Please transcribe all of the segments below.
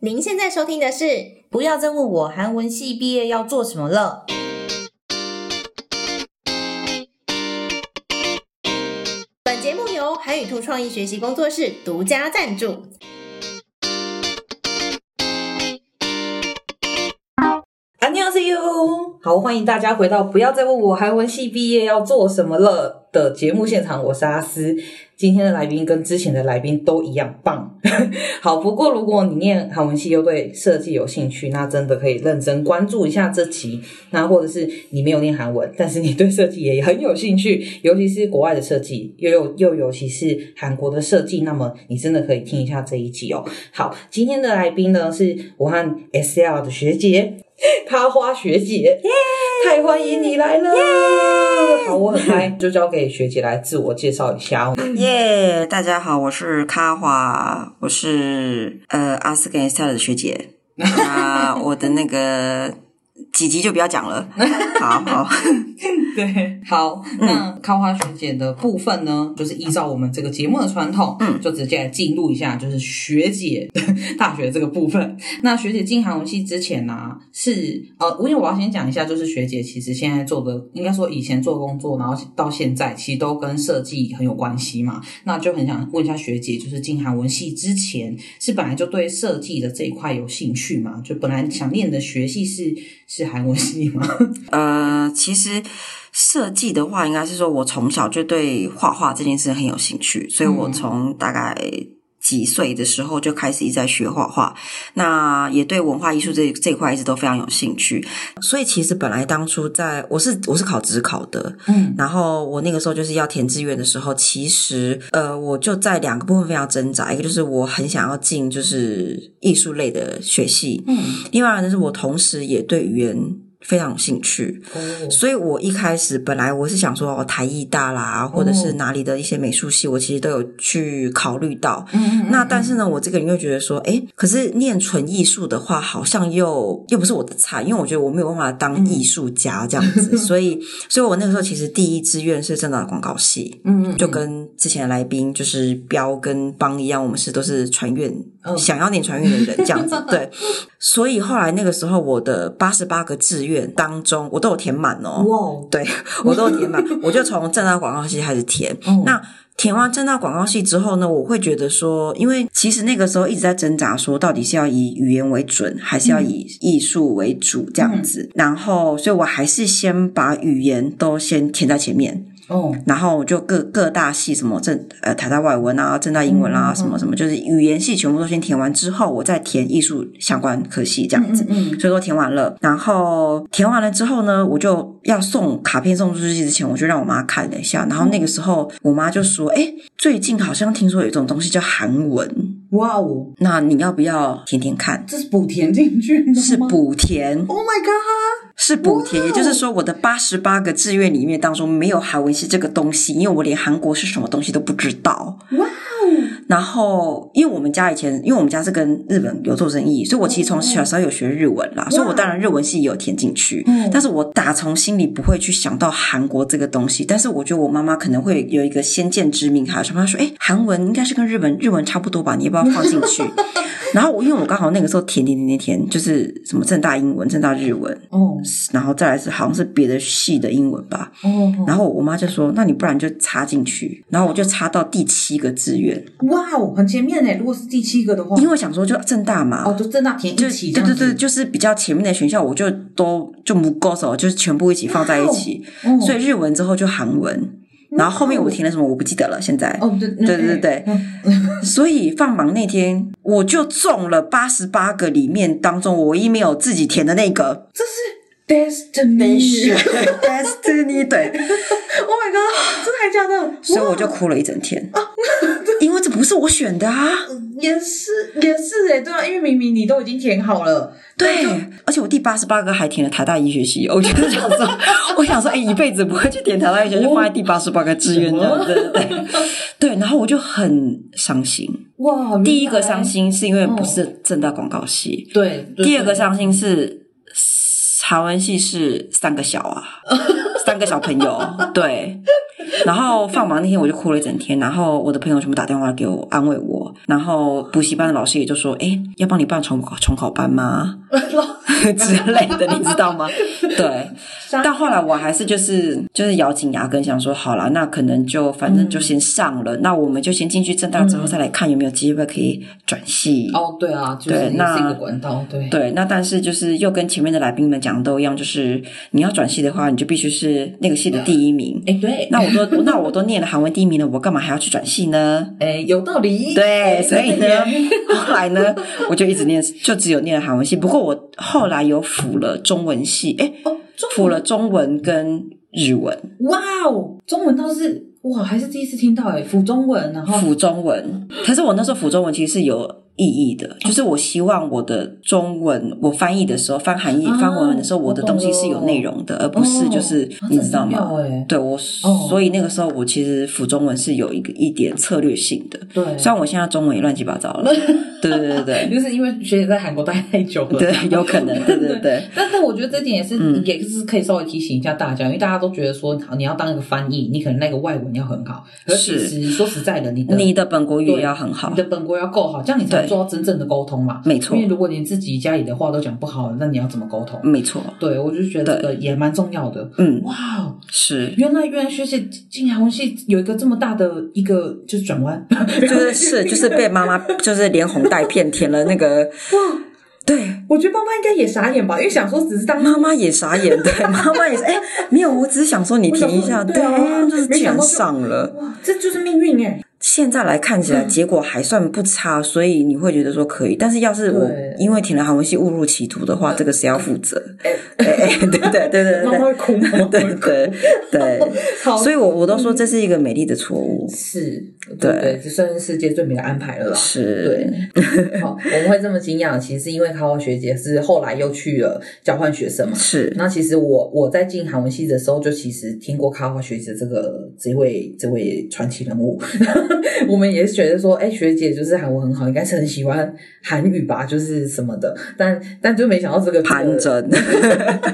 您现在收听的是《不要再问我韩文系毕业要做什么了。本节目由韩语兔创意学习工作室独家赞助。 안녕하세요，好，欢迎大家回到《不要再问我韩文系毕业要做什么了》的节目现场，我是阿斯。今天的来宾跟之前的来宾都一样棒。 好，不过如果你念韩文系又对设计有兴趣，那真的可以认真关注一下这集。那或者是你没有念韩文，但是你对设计也很有兴趣， 尤其是国外的设计，又有又尤其是韩国的设计，那么你真的可以听一下这一集哦。好，今天的来宾呢是我和 S L 的学姐。他花学姐太欢迎你来了好，我很嗨，就交给学姐来自我介绍一下哦。耶大家好，我是卡华，我是呃阿斯跟 Estelle 的学姐。那我的那个几集就不要讲了，好好， 对，好，那开花学姐的部分呢，就是依照我们这个节目的传统，嗯，就直接来进入一下，就是学姐 大学这个部分。那学姐进韩文系之前呢、是呃，因为我要先讲一下，就是学姐其实现在做的，应该说以前做工作，然后到现在其实都跟设计很有关系嘛。那就很想问一下学姐，就是进韩文系之前，是本来就对设计的这一块有兴趣吗？就本来想念的学系是是韩文系吗？呃，其实设计的话，应该是说我从小就对画画这件事很有兴趣，所以我从大概几岁的时候就开始一直在学画画。那也对文化艺术这这一块一直都非常有兴趣，所以其实本来当初在我是我是考职考的，嗯，然后我那个时候就是要填志愿的时候，其实呃，我就在两个部分非常挣扎，一个就是我很想要进就是艺术类的学系，嗯，另外呢就是我同时也对语言非常有兴趣，哦所以我一开始本来我是想说哦台艺大啦，或者哦是哪里的一些美术系，我其实都有去考虑到。嗯嗯那但是呢，我这个人又觉得说，诶，可是念纯艺术的话，好像又又不是我的菜，因为我觉得我没有办法当艺术家这样嗯子，所以，所以我那个时候其实第一志愿是正大的广告系，嗯嗯，就跟之前的来宾就是彪跟邦一样，我们是都是传院、嗯想要念传院的人这 样子，对，所以后来那个时候我的八十八个志愿当中，我都有填满哦，哇，对 我都有填满，我就从正大广告系开始填。嗯那填完正大广告系之后呢，我会觉得说，因为其实那个时候一直在挣扎，说到底是要以语言为准，还是嗯要以艺术为主这样子。然后，所以我还是先把语言都先填在前面，哦，然后我就各各大系什么正呃台大外文啊、正大英文啦、嗯嗯什么什么，就是语言系全部都先填完之后，我再填艺术相关科系这样子。嗯所以说填完了，然后填完了之后呢，我就要送卡片送出去之前，我就让我妈看了一下，然后那个时候我妈就说：“哎，最近好像听说有一种东西叫韩文，哇哦，那你要不要填填看这是补填进去的？”是补填， ？Oh my god！是补填，也就是说，我的八十八个志愿里面当中没有韩文系这个东西，因为我连韩国是什么东西都不知道。哇哦，然后，因为我们家以前，因为我们家是跟日本有做生意，所以我其实哦从小时候有学日文啦，所以我当然日文系也有填进去。嗯但是我打从心里不会去想到韩国这个东西，但是我觉得我妈妈可能会有一个先见之明，还有什么，她说：“哎，韩文应该是跟日本日文差不多吧？你要不要放进去？” 然后我因为我刚好那个时候填填填填填，就是什么正大英文、正大日文，哦然后再来是好像是别的系的英文吧。哦，然后我妈就说：“那你不然就插进去。”然后我就插到第七个志愿，哇哦，很前面呢。如果是第七个的话，因为我想说就正大嘛。哦，就正大填就一起这对对样对，子，就是比较前面的学校，我就都就不够手，就是全部一起放在一起。哦所以日文之后就韩文，然后后面我填了什么我不记得了。现在，哦对嗯对对对所以放榜那天我就中了八十八个里面当中我唯一没有自己填的那个对，Destiny，Oh destiny 对，Oh my god，真的还假的？所以我就哭了一整天，因为这不是我选的啊。也是也是哎，对啊，因为明明你都已经填好了，对，而且我第八十八个还填了台大医学系，我就想说， 我想说，哎、一辈子不会去填台大医学，就放在第八十八个志愿这样子，对对对。然后我就很伤心，哇，第一个原来伤，心是因为不是正大广告系，对，对第二个伤心是韩文系是三个小啊，三个小朋友，对。然后放榜那天我就哭了一整天，然后我的朋友全部打电话给我安慰我，然后补习班的老师也就说：“哎，要帮你办重考重考班吗？”之类的，你知道吗？对。但后来我还是就是就是咬紧牙根想说，好了，那可能就反正就先上了，那我们就先进去正大之后再来看有没有机会可以转系。哦，对啊，就是也对那是一个管道，对，对，那但是就是又跟前面的来宾们讲的都一样，就是你要转系的话，你就必须是那个系的第一名。哎对，那我都那我都念了韩文第一名了，我干嘛还要去转系呢？哎有道理，对，所以呢真的耶，后来呢，我就一直念，就只有念了韩文系。不过我后来有辅了中文系，诶，哦，中辅了中文跟日文，哇哦，中文倒是哇，还是第一次听到哎，辅中文，然后辅中文。可是我那时候辅中文其实是有意义的，哦就是我希望我的中文，我翻译的时候翻韩译、啊翻文的时候，我的东西是有内容的，而不是就是、哦你知道啊这吗？很重要欸对我，哦所以那个时候我其实辅中文是有一个一点策略性的。对，虽然我现在中文也乱七八糟 了，对对对对就是因为学姐在韩国待太久了，对，有可能，对 对对，但是我觉得这点也是、嗯也是可以稍微提醒一下大家，因为大家都觉得说好你要当一个翻译，你可能那个外文要很好，而其是实说实在的，你的你的本国语也要很好你，的本国要够好，这样你才能对做到真正的沟通嘛。没错因为如果你自己家里的话都讲不好，那你要怎么沟通？没错，对，我就觉得这个也蛮重要的。嗯，哇哦，是，原来原来学姐进韩文系有一个这么大的一个就是转弯，就是是就是被妈妈就是连哄带骗填了那个，对， 我觉得爸妈应该也傻眼吧，因为想说只是当妈妈也傻眼， 对，妈妈也是，哎、没有，我只是想说你填一下，我想说对啊就是没既想然到就上了，哇，这就是命运哎、现在来看起来结果还算不差，所以你会觉得说可以，但是要是我对因为填了韩文系误入歧途的话，这个谁要负责？ 哎哎、哎 对对对对对，妈妈会哭吗？对对对， 好所以我我都说这是一个美丽的错误，是，对对对，这算是世界最美的安排了啦。是，对，好，我们会这么惊讶，其实是因为卡花学姐是后来又去了交换学生嘛。是，那其实我我在进韩文系的时候，就其实听过卡花学姐这个这位这位传奇人物， 我们也是觉得说，哎、学姐就是韩文很好，应该是很喜欢韩语吧，就是什么的，但但就没想到这个盘整，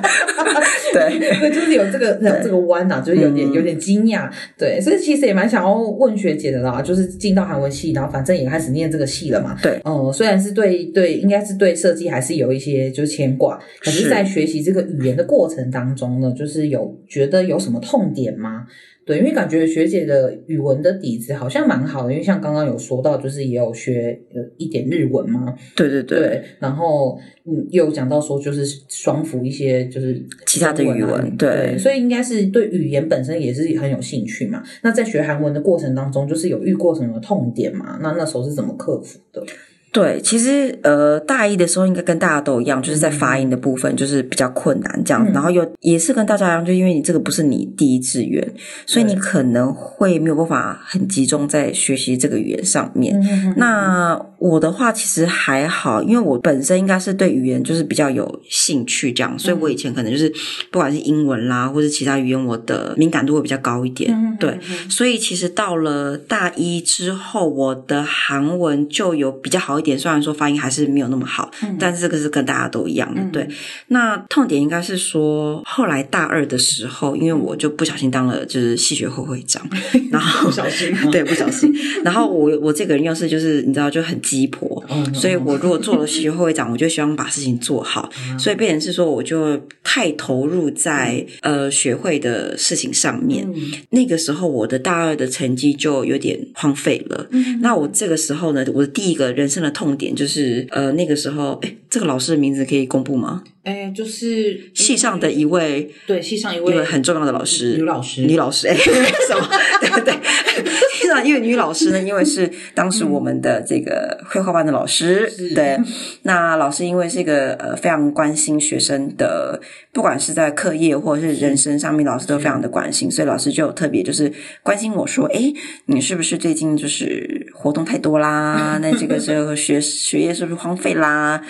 对，对，就是有这个有这个弯呐、就是有点嗯有点惊讶，对，所以其实也蛮想要问学姐的啦，就是进到韩文系，然后反正也开始念这个系了嘛，对嗯，虽然是对对，应该是对设计还是有一些就是牵挂，可是，是在学习这个语言的过程当中呢，就是有觉得有什么痛点吗？对，因为感觉学姐的语文的底子好像蛮好的，因为像刚刚有说到，就是也有学呃一点日文嘛，对对对，对，然后嗯，又讲到说就是双辅一些就是其他的中啊语文对，对所以应该是对语言本身也是很有兴趣嘛。那在学韩文的过程当中，就是有遇过什么痛点嘛？那那时候是怎么克服 的？对，其实呃，大一的时候应该跟大家都一样，就是在发音的部分就是比较困难这样，嗯然后又也是跟大家一样，就因为你这个不是你第一志愿，所以对你可能会没有办法很集中在学习这个语言上面。嗯那我的话其实还好，因为我本身应该是对语言就是比较有兴趣这样，所以我以前可能就是不管是英文啦，或是其他语言，我的敏感度会比较高一点。 对，所以其实到了大一之后，我的韩文就有比较好一点，虽然说发音还是没有那么好，但是这个是跟大家都一样的。对，那痛点应该是说后来大二的时候，因为我就不小心当了就是系学会会长，然后小心吗 对不小心，然后我我这个人又是就是你知道就很鸡婆， 嗯所以我如果做了系学会会长，我就希望把事情做好，所以变成是说我就太投入在、呃学会的事情上面。嗯那个时候我的大二的成绩就有点荒废了。那我这个时候呢，我的第一个人生的痛点就是呃那个时候，哎，这个老师的名字可以公布吗？哎，就是系上的一位对系上一一位位很重要的老师，女老师女老师，哎， 什么？对对。 是啊，因为女老师呢，因为是当时我们的这个绘画班的老师，对，那老师因为是一个呃非常关心学生的，不管是在课业或者是人生上面，老师都非常的关心，所以老师就有特别就是关心我说，诶，你是不是最近就是活动太多啦？那这个时候学学业是不是荒废啦？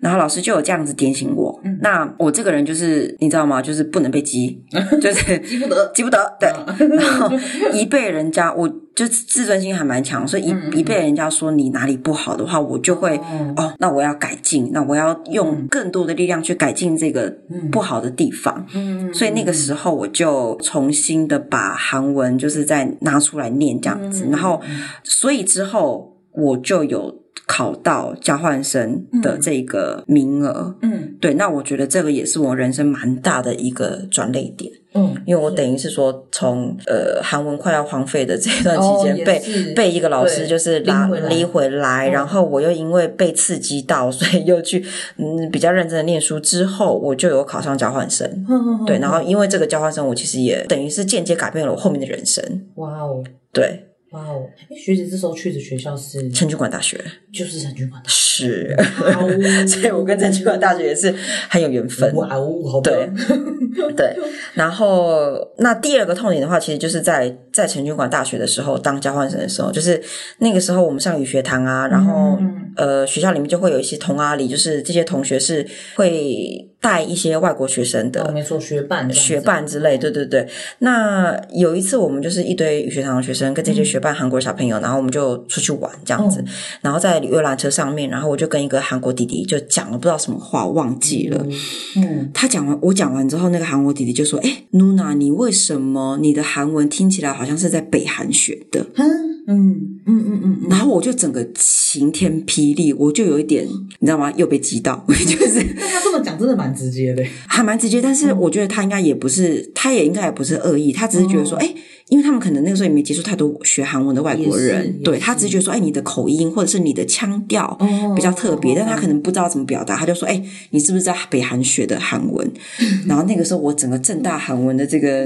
然后老师就有这样子点醒我，那我这个人就是你知道吗？就是不能被激，就是记不得记不得，对。然后一被人家我就自自尊心还蛮强，所以一一被人家说你哪里不好的话，我就会哦哦，那我要改进，那我要用更多的力量去改进这个不好的地方。嗯所以那个时候我就重新的把韩文就是再拿出来念这样子，然后所以之后我就有考到交换生的这个名额。嗯对，那我觉得这个也是我人生蛮大的一个转捩点，嗯，因为我等于是说从呃韩文快要荒废的这段期哦间也被、是被一个老师就是拉拎回来拎回来，嗯然后我又因为被刺激到， 所以又去嗯比较认真的念书，之后我就有考上交换生。嗯对，然后因为这个交换生，我其实也等于是间接改变了我后面的人生。哇哦对，哇哦，哎，学姐这时候去的学校是成均馆大学就是陈军馆大是，学， 所以我跟成均馆大学也是很有缘分。哇哦，好棒对对，然后那第二个痛点的话，其实就是在在成均馆大学的时候当交换生的时候，就是那个时候我们上语学堂啊，然后、嗯呃学校里面就会有一些同阿里，就是这些同学是会带一些外国学生的，哦没错，学伴这样子学伴之类，对对对。那有一次我们就是一堆语学堂的学生跟嗯这些学伴韩国小朋友，然后我们就出去玩这哦样子，然后在游览车上面，然后我就跟一个韩国弟弟就讲了不知道什么话，我忘记了。嗯他讲完，我讲完之后，那个韩国弟弟就说：“哎，Nuna，你为什么你的韩文听起来好像是在北韩学的嗯嗯嗯嗯？”嗯，然后我就整个晴天霹雳，我就有一点，你知道吗？又被击到， 我就是但他这么讲真的蛮直接的，还蛮直接，但嗯是我觉得他应该也不是，他也应该也不是恶意，他只是觉得说，哦哎、因为他们可能那个时候也没接触太多学韩文的外国也是人，对也是他只是觉得说，哎、你的口音或者是你的腔调哦比较特别，但他可能不知道怎么表达，他就说，哎、你是不是在北韩学的韩 文？然后那个时候我整个正大韩文的这个，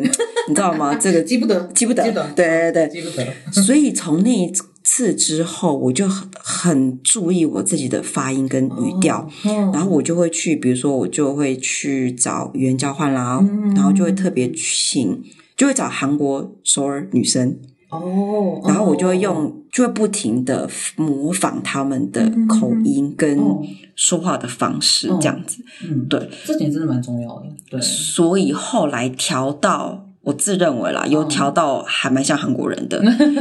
你知道吗？这个记不得，记不得，记得，嗯对对 对，记不得，所以从那一次之后，我就很很注意我自己的发音跟语调。嗯然后我就会去，比如说我就会去找语言交换啦，然后就会特别请，就会找韩国首尔女生，哦，然后我就会用，就会不停的模仿他们的口音跟嗯说话的方式这样子。嗯，对，这点真的蛮重要的，对，所以后来调到。我自认为啦，有调到还蛮像韩国人的，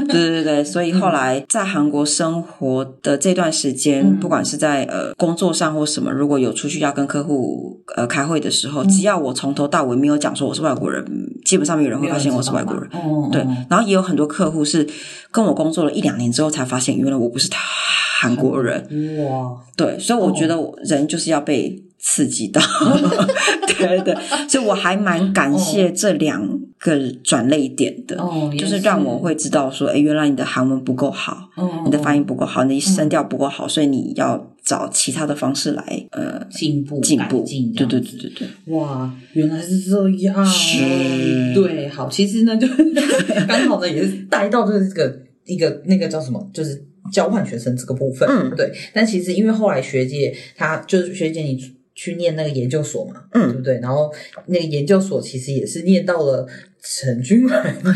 对对对，所以后来在韩国生活的这段时间，嗯不管是在呃工作上或什么，如果有出去要跟客户呃开会的时候，只要我从头到尾没有讲说我是外国人，基本上没有人会发现我是外国人。哦，对哦，然后也有很多客户是跟我工作了一两年之后才发现，原来我不是他韩国人。嗯哇，对，所以我觉得哦我人就是要被刺激 到，对对，所以我还蛮感谢这两个转类点的，哦，也就是让我，会知道说，哎，原来你的韩文不够好，嗯，你的发音音不够好，你嗯声调不够好，所以你要找其他的方式来呃嗯进步，进改步进，对对这样子 对对对，哇，原来是这样，是对，好，其实呢，就 刚好呢，也是带到这个一个那个叫什么，就是交换学生这个部分，嗯对。但其实因为后来学姐她就是学姐你。去念那个研究所嘛，嗯对不对？然后那个研究所其实也是念到了陈军文，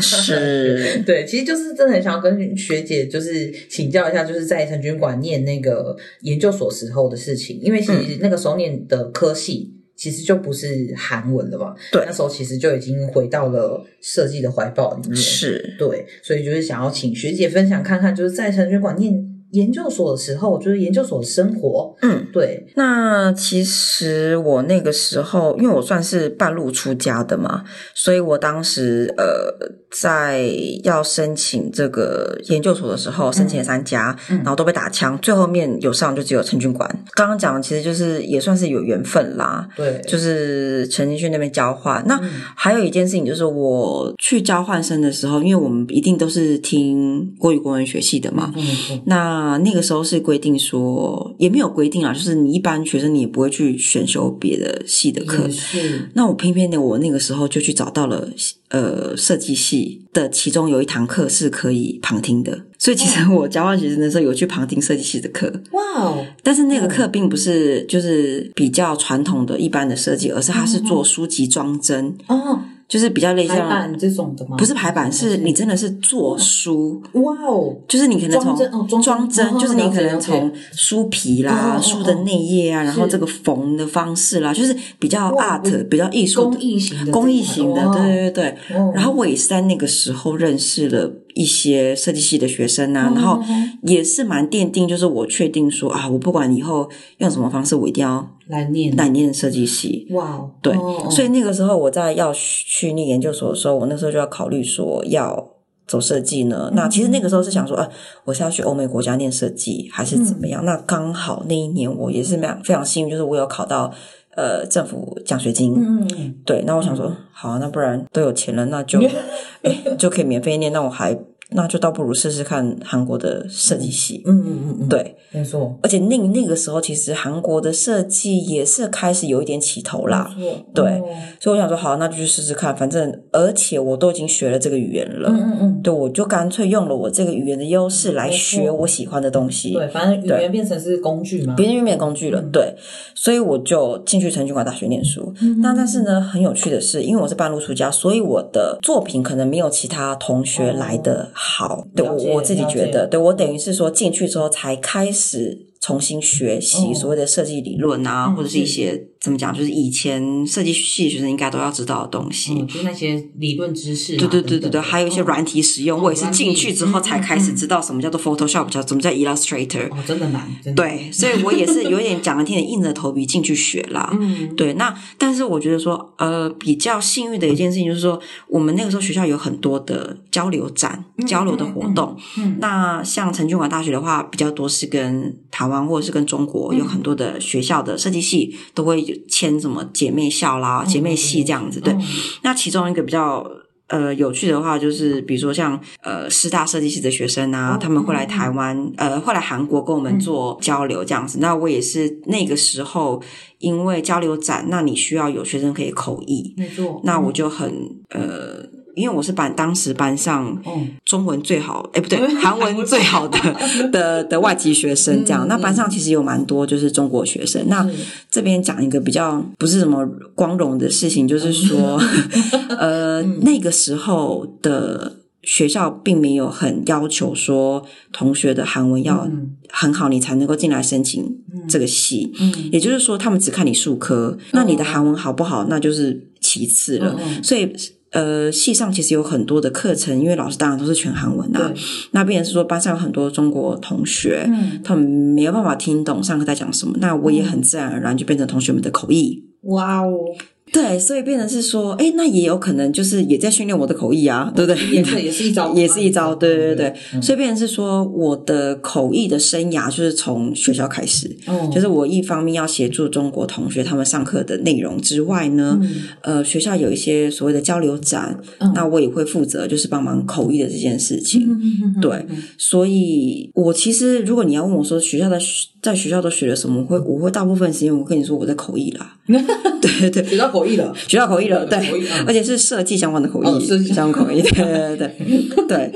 是，对，其实就是真的很想要跟学姐就是请教一下，就是在成均馆念那个研究所时候的事情，因为其嗯实那个时候念的科系。其实就不是韩文了嘛，对那时候其实就已经回到了设计的怀抱里面，是，对，所以就是想要请学姐分享看看，就是在成均馆念研究所的时候，就是研究所的生活，嗯。对，那其实我那个时候，因为我算是半路出家的嘛，所以我当时呃，在要申请这个研究所的时候，申请了三家，嗯然后都被打枪，最后面有上就只有陈军馆。刚刚讲的其实就是也算是有缘分啦，对，就是陈进去那边交换。那嗯还有一件事情就是，我去交换生的时候，因为我们一定都是听国语国文学系的嘛，不能说，那那个时候是规定说，也没有规定啊，就是你一般学生你也不会去选修别的系的课也。是，那我偏偏的，我那个时候就去找到了呃设计系的，其中有一堂课是可以旁听的，所以其实我交换学生的时候有去旁听设计系的课，哇哦，但是那个课并不是就是比较传统的一般的设计，而是它是做书籍装帧，哦，就是比较类似排像版这种的吗？不是排版，是你真的是做书。哇哦，就是你可能装帧哦从装装帧帧，哦就是你可了解了能解从书皮哦哦啦、哦书的内页啊，然后是这个缝的方式啦，就是比较哇 art、比较艺术的工艺型的这一块哦工艺型的，哇对对对。哦然后我也是在那个时候认识了一些设计系的学生呐、嗯然后也是蛮奠定，就是我确定说啊，我不管以后用什么方式，我一定要来念，来念设计系。哇哦，对，哦所以那个时候我在要去念研究所的时候，我那时候就要考虑说要走设计呢。嗯那其实那个时候是想说，啊，我是要去欧美国家念设计，还是怎么嗯样？那刚好那一年我也是蛮非常幸运，就是我有考到呃政府奖学金。嗯嗯对，那我想说，好，那不然都有钱了，那 就哎就可以免费念，那我还那就倒不如试试看韩国的设计系。嗯嗯嗯，，对，没错，而且那那个时候其实韩国的设计也是开始有一点起头啦，没错对哦所以我想说，好，那就去试试看，反正而且我都已经学了这个语言了，嗯嗯嗯，对，我就干脆用了我这个语言的优势来没学错我喜欢的东西，对，反正语对言变成是工具嘛，别人用免工具了，嗯对，所以我就进去成均馆大学念书。嗯那但是呢，很有趣的是，因为我是半路出家，所以我的作品可能没有其他同学来的好。对我哦了解我自己觉了得，解对我等于是说进去之后才开始。重新学习哦所谓的设计理论啊，嗯或者是一些怎么讲，就是以前设计系学生应该都要知道的东西。嗯，就是那些理论知识啊，对对对等对等对，的还有一些哦软体使用，我也是软体进去之后才开嗯始嗯知道什么叫做 Photoshop，叫什么叫 Illustrator。哦，真的难，真的，对，所以我也是有一点讲了天，硬着头皮进去学啦。嗯，对，那但是我觉得说，呃，比较幸运的一件事情就是说，我们那个时候学校有很多的交流站、交流的活动。嗯那像陈俊华大学的话，比较多是跟台湾或者是跟中国有很多的学校的设计系都会签什么姐妹校啦、姐妹系这样子。对，嗯那其中一个比较呃有趣的话，就是比如说像呃师大设计系的学生啊，哦嗯他们会来台湾，呃，会来韩国跟我们做交流这样子。那我也是那个时候，因为交流展，那你需要有学生可以口译，没错，那我就很呃。因为我是班当时班上嗯中文最好，哎、不对，韩文最好的的的外籍学生这样。嗯那班上其实有蛮多就是中国学生。那是这边讲一个比较不是什么光荣的事情，就是说， 呃，那个时候的学校并没有很要求说同学的韩文要嗯很好，你才能够进来申请这个系。嗯也就是说，他们只看你数科，那你的韩文好不好，那就是其次了。嗯嗯所以，呃，系上其实有很多的课程，因为老师当然都是全韩文啊。那变成是说，班上有很多中国同学，嗯，他们没有办法听懂上课在讲什么，那我也很自然而然就变成同学们的口译。哇哦，对，所以变成是说，哎，那也有可能就是也在训练我的口译啊，对不对？也是也是一招， 也是一招，对对对。嗯所以变成是说，我的口译的生涯就是从学校开始，哦，就是我一方面要协助中国同学他们上课的内容之外呢，呃，学校有一些所谓的交流展，嗯那我也会负责就是帮忙口译的这件事情。嗯对，所以我其实如果你要问我说学校在在学校都学了什么，我会我会大部分时间我跟你说我在口译 啦，对对，学到口译了，学校口译了，对口译嗯，而且是设计相关的口哦译，设计相关口译，对对对 对对。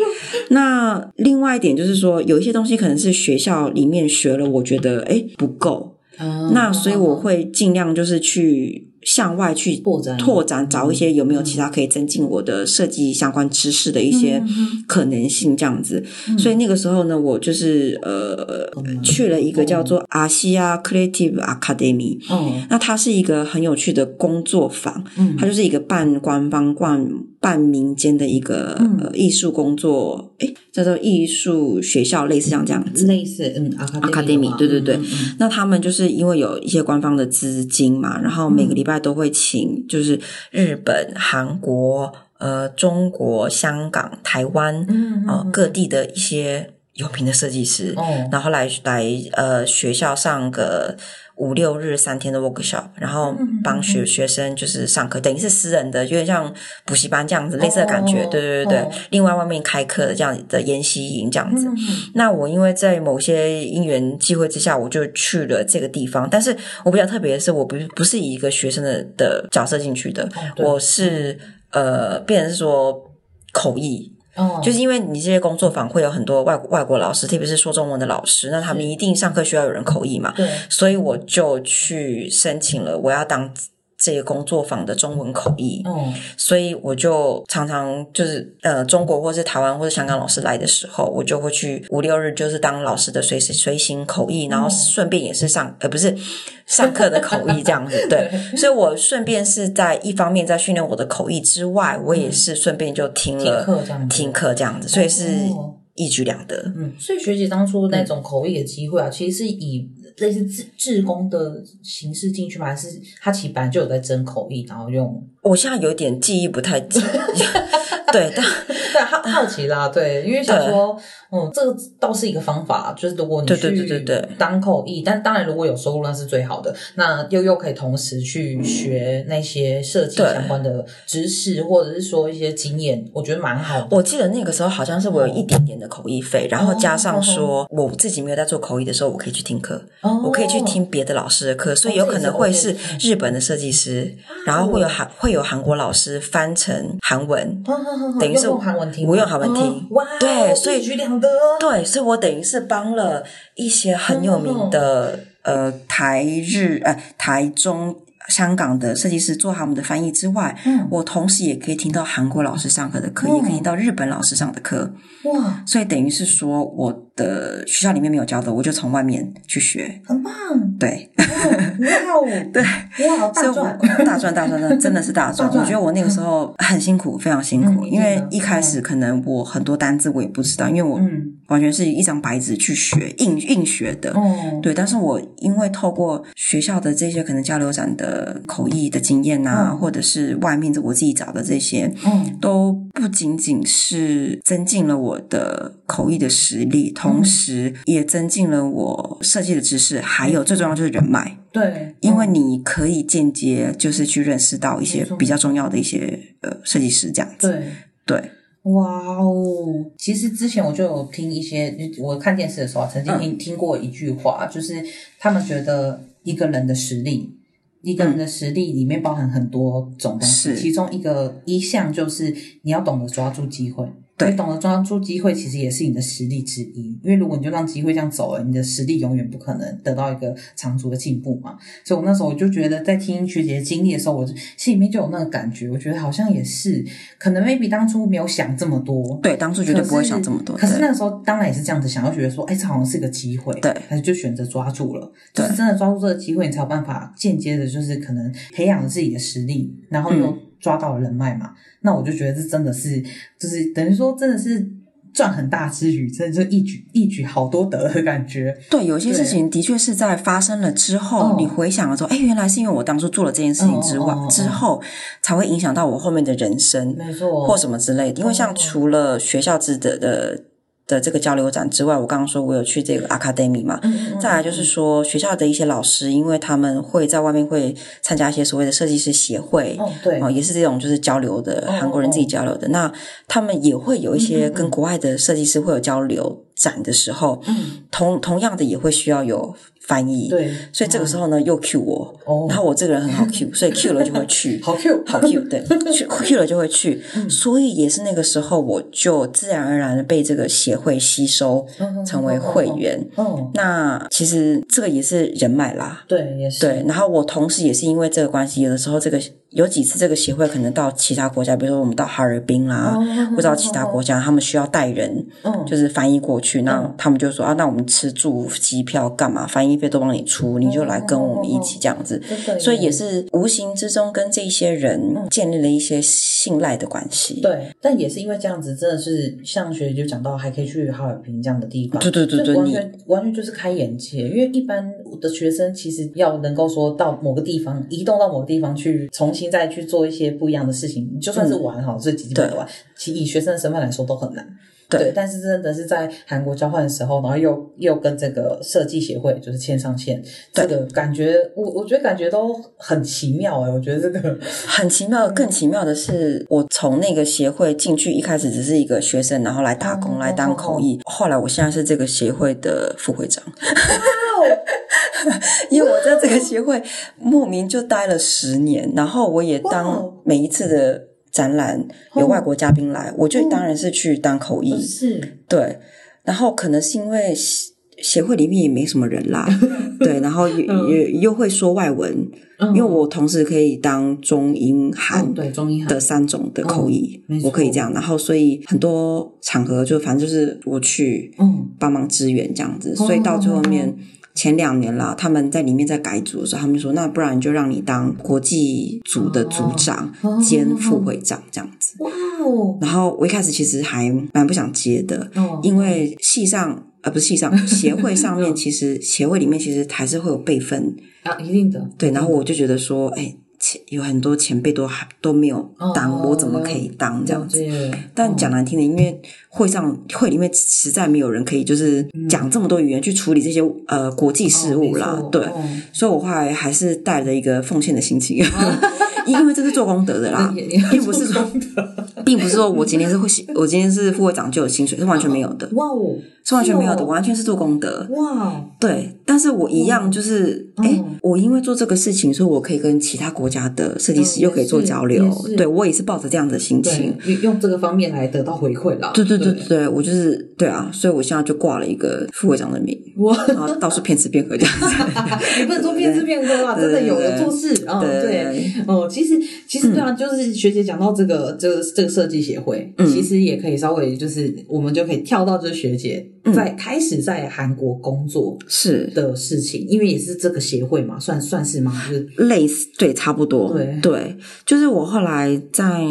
那另外一点就是说，有一些东西可能是学校里面学了，我觉得哎不够，嗯那所以我会尽量就是去。向外去拓展嗯拓展，找一些有没有其他可以增进我的设计相关知识的一嗯些可能性，这样子。所以那个时候呢，我就是呃去了一个叫做阿西亚 Creative Academy，嗯那它是一个很有趣的工作坊，嗯它就是一个半官方、半半民间的一个、呃艺术工作，诶，叫做艺术学校，类似像这样子。类似嗯 academy academy，对对对嗯嗯那他们就是因为有一些官方的资金嘛，然后每个礼拜都会请，就是日本、韩国、呃中国、香港、台湾，嗯嗯呃各地的一些有名的设计师，哦然后来来呃学校上个五六日三天的 workshop，然嗯后帮学学生就是上课，等于是私人的，有点像补习班这样子类似的感觉，哦对对对对。哦另外外面开课的这样的研习营这样子，嗯那我因为在某些因缘际会之下，我就去了这个地方。但是我比较特别的是，我不不是以一个学生的的角色进去的，哦对我是呃，变成是说口译。哦就是因为你这些工作坊会有很多外国外国老师，特别是说中文的老师，那他们一定上课需要有人口译嘛，对所以我就去申请了，我要当这个工作坊的中文口译，哦，所以我就常常就是呃，中国或是台湾或是香港老师来的时候，我就会去五六日就是当老师的随时随行口嗯译，然后顺便也是上呃不是上课的口译这 样子，对，所以我顺便是在一方面在训练我的口译之外，我也是顺便就听了嗯听课这样子听课这样子，所以是哦一举两得。嗯，所以学姐当初那种口译的机会啊，其实是以类似志志工的形式进去吗？还是他其实本来就有在征口译，然后用？我现在有点记忆不太清， 对，但对，好好奇啦，对，因为想说，嗯，这个倒是一个方法，就是如果你对去对对对对当口译，但当然如果有收入那是最好的，那又又可以同时去嗯学那些设计对相关的知识，或者是说一些经验，我觉得蛮好的。我记得那个时候好像是我有一点点的口译费，然后加上说我自己没有在做口译的时候，我可以去听课，哦我可以去听别的老师的课，所以有可能会哦是日本的设哦计师，然后会有韩会有韩国老师翻成韩文，哦，好好好等于是用韩文听吗，我用韩文听哦哇，对所以一举两得，对，所以我等于是帮了一些很有名的呃台日呃台中。香港的设计师做他们的翻译之外，嗯我同时也可以听到韩国老师上课的课，也可以听到日本老师上的课。哇，所以等于是说，我的学校里面没有教的，我就从外面去学。很棒，对，哇哦， 对，哇，所以大我赚，大赚大赚，真的是大赚。大赚我觉得我那个时候很辛苦，非常辛苦，嗯因真为的一开始可能我很多单字我也不知道，因为我嗯，完全是一张白纸去学硬硬学的。哦，对，但是我因为透过学校的这些可能交流展的口译的经验啊，嗯或者是外面的我自己找的这些，嗯，都不仅仅是增进了我的口译的实力，嗯同时也增进了我设计的知识，还有最重要就是人脉，对，因为你可以间接就是去认识到一些没错比较重要的一些呃设计师这样子。对。对，哇哦！其实之前我就有听一些，我看电视的时候啊曾经听、听过一句话，就是他们觉得一个人的实力，一个人的实力里面包含很多种东西，是其中一个一项就是你要懂得抓住机会。对你懂得抓住机会，其实也是你的实力之一。因为如果你就让机会这样走了，你的实力永远不可能得到一个长足的进步嘛。所以我那时候我就觉得，在听学姐的经历的时候，我就心里面就有那个感觉，我觉得好像也是，可能 maybe 当初没有想这么多。对，当初绝对不会想这么多。可是对那个时候当然也是这样子想，要觉得说，哎，这好像是个机会，对但是就选择抓住了，就对是真的抓住这个机会，你才有办法间接的，就是可能培养自己的实力，然后又嗯抓到了人脉嘛。那我就觉得这真的是，就是等于说真的是赚很大之余，真的就一举一举好多得的感觉，对，有些对事情的确是在发生了之哦后，你回想了之后，哎，原来是因为我当初做了这件事情之外哦哦哦哦之后，才会影响到我后面的人生。没错，或什么之类的。因为哦像除了学校制的的的这个交流展之外，我刚刚说我有去这个 academy 嘛。嗯，嗯嗯再来就是说，学校的一些老师，因为他们会在外面会参加一些所谓的设计师协会，哦，对，哦，也是这种就是交流的，哦韩国人自己交流的。那他们也会有一嗯嗯些嗯跟国外的设计师会有交流展的时候，嗯同同样的也会需要有翻译。，对，嗯所以这个时候呢，又 cue 我，哦然后我这个人很好 cue，所以 cue 了就会去。 好嗯 Q，好 Q，对， 去 Q 了就会去，所以也是那个时候，我就自然而然的被这个协会吸收嗯嗯，成为会员。嗯，那其实这个也是人脉啦，对，也是，对。然后我同时也是因为这个关系，有的时候这个有几次这个协会可能到其他国家，比如说我们到哈尔滨啦，嗯或者到其他国家，他们需要带人，嗯，就是翻译过去，那嗯他们就说啊，那我们吃住机票干嘛，翻译费都帮你出，你就来跟我们一哦起这样子。真的耶所以也是无形之中跟这些人建立了一些信赖的关嗯系。对，但也是因为这样子，真的是像学姐就讲到，还可以去哈尔滨这样的地方，对对对就对完你全完全就是开眼界。因为一般的学生其实要能够说到某个地方，移动到某个地方去，重新再去做一些不一样的事情，就算是嗯玩哈，这几天玩，其实以学生的身份来说都很难。对但是真的是在韩国交换的时候，然后又又跟这个设计协会就是牵上线，这对个感觉我我觉得感觉都很奇妙哎、我觉得这个很奇妙，更奇妙的是，我从那个协会进去，一开始只是一个学生，然后来打哦工，来当口译。后来我现在是这个协会的副会长，哦 因为我在这个协会莫名就待了十年，然后我也哇当哦每一次的展览有外国嘉嗯宾来，我就当然是去当口译。是对，然后可能是因为协会里面也没什么 人啦，对，然后也也又会说外文，嗯因为我同时可以当中英嗯韩对中英韩的三种的口译嗯没，错我可以这样，然后所以很多场合就反正就是我去嗯帮忙支援这样子，哦所以到最后面。前两年啦，他们在里面在改组的时候，他们就说：“那不然就让你当国际组的组长哦兼副会长这样子。哇哦”然后我一开始其实还蛮不想接的，哦因为系上呃不是系上协会 上面，其实协会里面其实还是会有辈分，啊一定的对。然后我就觉得说，哎，前有很多前辈都还都没有当，哦我怎么可以当这样子？了解嗯但讲难听的，因为会上会里面实在没有人可以就是讲这么多语言去处理这些呃国际事务啦，嗯哦没错对。哦所以我后来还是带着一个奉献的心情， 因为这是做功德的啦哦 也也，啊并不是做说功德，并不是说我今天是会，我今天是副会长就有薪水，是完全没有的。哇哦，是完全没有的，是哦完全是做功德。哇哦，对，但是我一样就是，嗯哎、我因为做这个事情，所以我可以跟其他国家的设计师嗯又可以做交流也是。也是对我也是抱着这样的心对情。，用用这个方面来得到回馈啦。对对对对，对，我就是对啊，所以我现在就挂了一个副会长 的名，哇，然后到处骗吃骗喝这样 子。你不能说骗吃骗喝啦，对真对的有对有做事啊，对哦对， 哦，其实其实对啊，就是学姐讲到这个这个这个设计协会，嗯其实也可以稍微就是我们就可以跳到这学姐嗯在开始在韩国工作是的事情，因为也是这个协会嘛，算算是吗？就是类似，对，差不多。对就是我后来在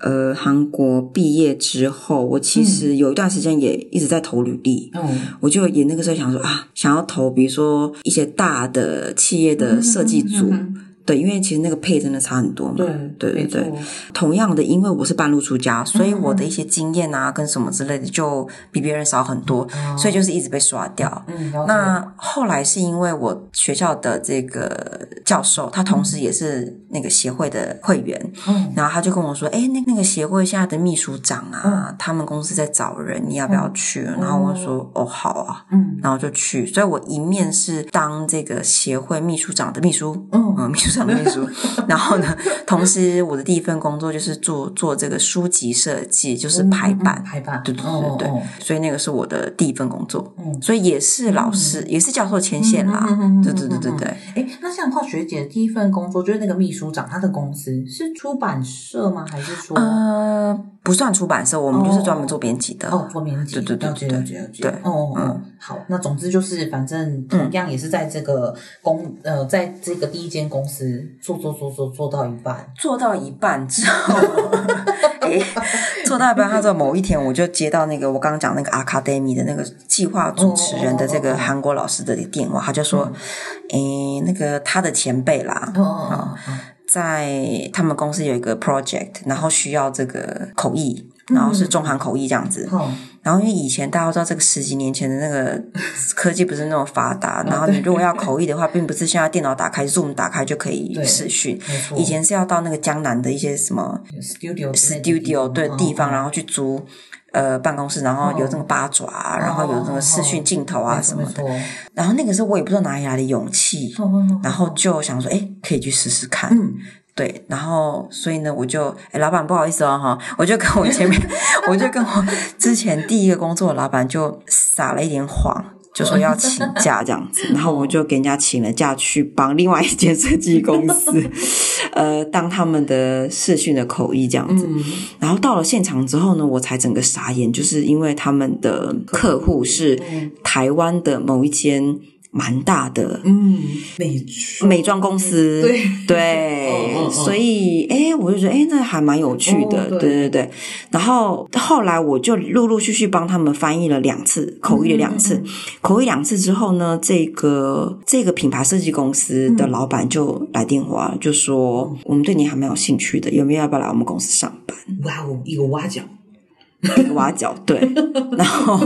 呃韩国毕业之后，我其实有一段时间也一直在投履历。嗯，我就也那个时候想说啊，想要投，比如说一些大的企业的设计嗯组，对，因为其实那个配真的差很多嘛。对嗯对对对没错嗯同样的，因为我是半路出家，所以我的一些经验啊，跟什么之类的，就比别人少很多，所以就是一直被刷掉。嗯，哦了解那后来是因为我学校的这个教授，他同时也是那个协会的会员，嗯然后他就跟我说：“哎，那那个协会现在的秘书长啊，嗯他们公司在找人，你要不要去？”然后我就说：“哦，好啊。”嗯然后就去，所以我一面是当这个协会秘书长的秘书，嗯呃秘书长的秘 书，然后呢，同时我的第一份工作就是做做这个书籍设计，就是嗯排版，排版，对对哦对对，哦所以那个是我的第一份工作，嗯所以也是老师，也是教授牵线啦，嗯嗯嗯嗯嗯对对对对对，哎，那像靠学姐第一份工作就是那个秘书长，他的公司是出版社吗？还是说、呃，不算出版社，我们就是专门做编辑的，哦，做编辑？对对对了解对了解了解。对哦哦、哦嗯好，那总之就是反正同样也是在这个公、呃，在这个第一间公司做做做做做到一半，做到一半之后，诶做到一半，他说某一天我就接到那个我刚刚讲那个 Academy 的那个计划主持人的这哦哦嗯个哦哦韩国老师的电话，他就说，诶，那个他的前辈啦哦，哦嗯哦在他们公司有一个 project，然后需要这个口译。然后是嗯中韩口译这样子，哦哦，然后因为以前大家都知道这个十几年前的 那个科技不是那么发达，嗯然后你如果要口译的话，并不是现在电脑打开 Zoom 打开就可以对视讯，没错，以前是要到那个江南的一些什么 studio 之类的 studio 对地方，哦然后去租呃办公室，然后有这个八爪啊，哦然后有这个视讯镜头啊什么的。，没嗯然后那个时候我也不知道哪里来的勇气，错没错哦哦哦哦然后就想说，哎，可以去试试看。嗯，对，然后所以呢，我就哎，老板不好意思哦哈，我就跟我前面，我就跟我之前第一个工作的老板就撒了一点谎。就说要请假这样子，然后我就给人家请了假去帮另外一间设计公司，呃，当他们的视讯的口译这样子。嗯然后到了现场之后呢，我才整个傻眼，就是因为他们的客户是嗯台湾的某一间蛮大的嗯，美妆美妆公司，对嗯对嗯嗯所以哎，我就觉得哎，那还蛮有趣的，哦对对对对。然后后来我就陆陆续续帮他们翻译了两次，口译了两嗯次，口译两次之后呢，这个这个品牌设计公司嗯的老板就来电话，就说、我们对你还蛮有兴趣的，有没有要不要来我们公司上 班？哇哦，一个挖角，挖角，对，然后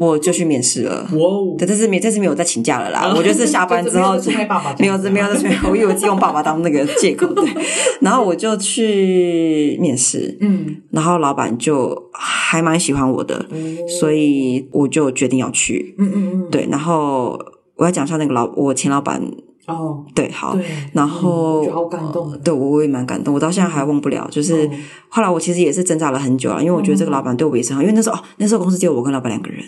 我就去面试了。哇哦对，这次没，这次没有再请假了啦。我就是下班之后就没有再就去拍爸爸这没样有子啊再没有再去，我以为是用爸爸当那个借口， 对。然后我就去面试，嗯，然后老板就还蛮喜欢我的，所以我就决定要去。嗯嗯嗯，对，然后我要讲一下那个老我前老板，哦，对，好对，然后、嗯我觉得好感动呃对我我也蛮感动，我到现在还忘不了。就是、哦嗯后来我其实也是挣扎了很久啊，因为我觉得这个老板对我也是很好，因为那时候哦，那时候公司只有我跟老板两个人，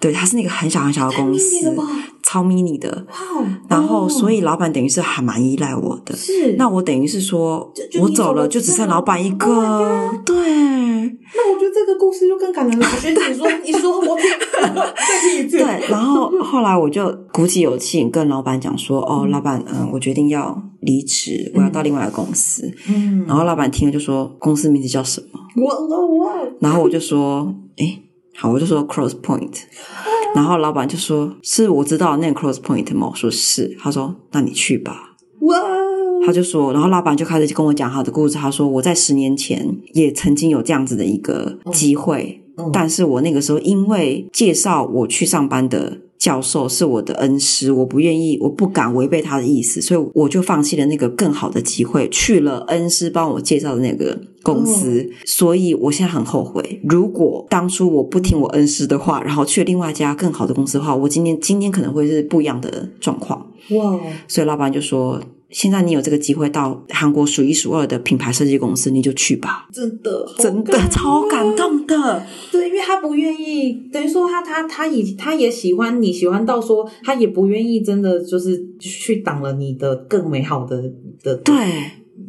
对，它是那个很小很小的呃公太 mini 司了吧，超 mini 的。哇哦，然后，所以以老板等于是还蛮依赖我的。是那我等于是说就就，你我走走了了，就只剩老板一个。 Oh my god 对 那我觉得这个故事就更感人了。我觉得你说你说我 再听一次，对，然后后来我就鼓起勇气跟老板讲说：“哦，老板，嗯，我决定要离职，我要到另外一个公司。嗯，然后老板听了就说：“公司名字叫什么？”我我我然后我 就说，诶，好，我就说 cross point，然后老板就说，是我知道那个 cross point 吗？我说是，他说那你去吧，哇他就说，然后老板就开始跟我讲他的故事，他说我在十年前也曾经有这样子的一个机会，嗯嗯但是我那个时候因为介绍我去上班的。教授是我的恩师，我不愿意，我不敢违背他的意思，所以我就放弃了那个更好的机会，去了恩师帮我介绍的那个公司。嗯所以我现在很后悔，如果当初我不听我恩师的话，然后去另外一家更好的公司的话，我今天今天可能会是不一样的状况。哇，所以老板就说：“现在你有这个机会到韩国数一数二的品牌设计公司，你就去吧。真的”好真的感人啊超感动的，对，因为他不愿意，等于说他他他也他也喜欢你，喜欢到说他也不愿意真的就是去挡了你的更美好的的对，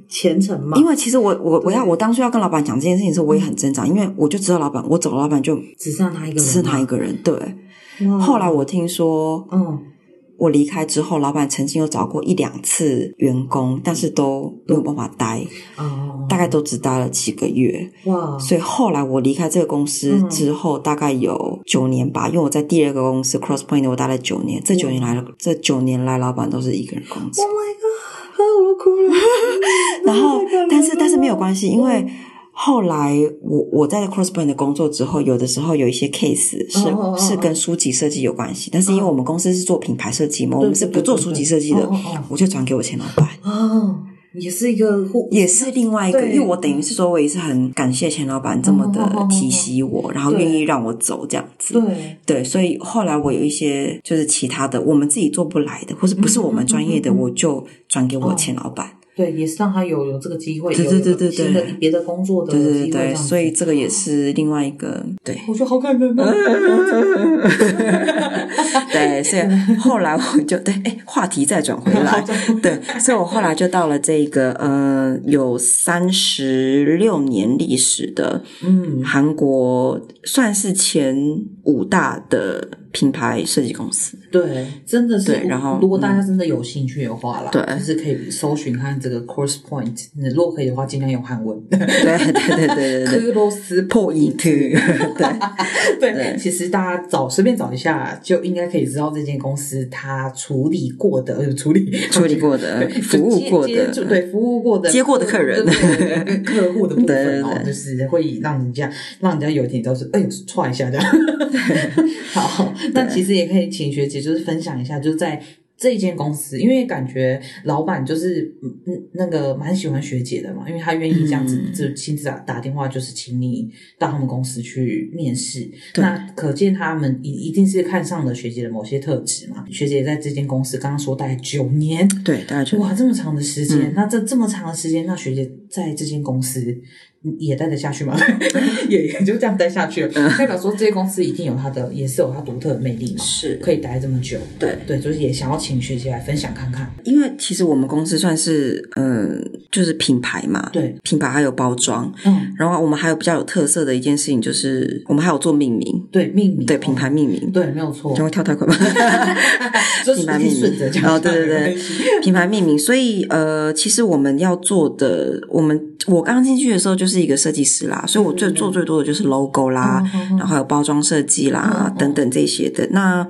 前程嘛因，为其实我我我要对我当初要跟老板讲这件事情的时候，我也很挣扎，因为我就知道老板我走了，老板就只剩他一个人，只剩他一个人。对，哇。后来我听说嗯，我离开之后，老板曾经有找过一两次员工，但是都没有办法待，哦，大概都只待了几个月。哇，所以后来我离开这个公司嗯之后，大概有九年吧，因为我在第二个公司 Crosspoint 我待了九年，这九年来了，这九年来老板都是一个人工作 Oh。my god！啊，我哭了。 然后太感人，但是但是没有了关系，因嗯为后来我我在 Crosspoint 的工作之后，有的时候有一些 case 是、哦哦哦是跟书籍设计有关系，但是因为我们公司是做品牌设计嘛，我们是不做书籍设计嗯的，对对对对哦哦哦我就转给我前老板。哦，也是一个互也是另外一个，对嗯因为我等于是说，我也是很感谢钱老板这么的提携我，然后对愿意让我走这样子。对对，所以后来我有一些就是其他的，我们自己做不来的，或是不是我们专业的，嗯嗯嗯嗯哦我就转给我前老板。对，也是让他有有这个机会，对有对有对对新的对别的工作的对机对会对这对，样子哦所以这个也是另外一个 对。我觉得好感人哦。 对，所以后来我就对，哎，话题再转回来，对，所以我后来就到了这个呃有三十六年历史的，嗯韩国算是前五大的品牌设计公司， 对，真的是。对然后嗯如果大家真的有兴趣的话啦，对就是可以搜寻看这个 Course Point。你如果可以的话，尽量用韩文。对对对对对对，克罗斯破影图，对对，对其实大家找随便找一下，就应该可以知道这间公司它处理过的，呃，处理处理过的对服务过接接的触对服务过的接过的客人对对对客户的部分哦对对，对就是会让人家让人家有点就是哎呦踹一下 这样。好，那其实也可以请学姐就是分享一下，就是在。这间公司，因为感觉老板就是嗯嗯那个蛮喜欢学姐的嘛，因为他愿意这样子嗯就亲自打打电话，就是请你到他们公司去面试。对那可见他们一一定是看上了学姐的某些特质嘛。学姐在这间公司刚刚说待九年， 对，大家觉得哇，这么长的时间，嗯那这这么长的时间，那学姐在这间公司嗯也待得下去吗？ 也也就这样待下去了，嗯代表说这些公司一定有它的，也是有它独特的魅力嘛，是可以待这么久。对对，就是也想要请学姐来分享看看。因为其实我们公司算是嗯、就是品牌嘛，对，品牌还有包装，嗯，然后我们还有比较有特色的一件事情就是我们还有做命名，对，命名对品牌，命名，哦对，没有错这，样会跳太快吗？ 就是品牌一定命顺着名讲哦，对对 没关对系，品牌命名。所以呃，其实我们要做的，我们我刚进去的时候就是一个设计师啦，所以我最嗯做最多的就是 logo 啦，嗯嗯嗯然后还有包装设计啦、嗯嗯等等这些的。那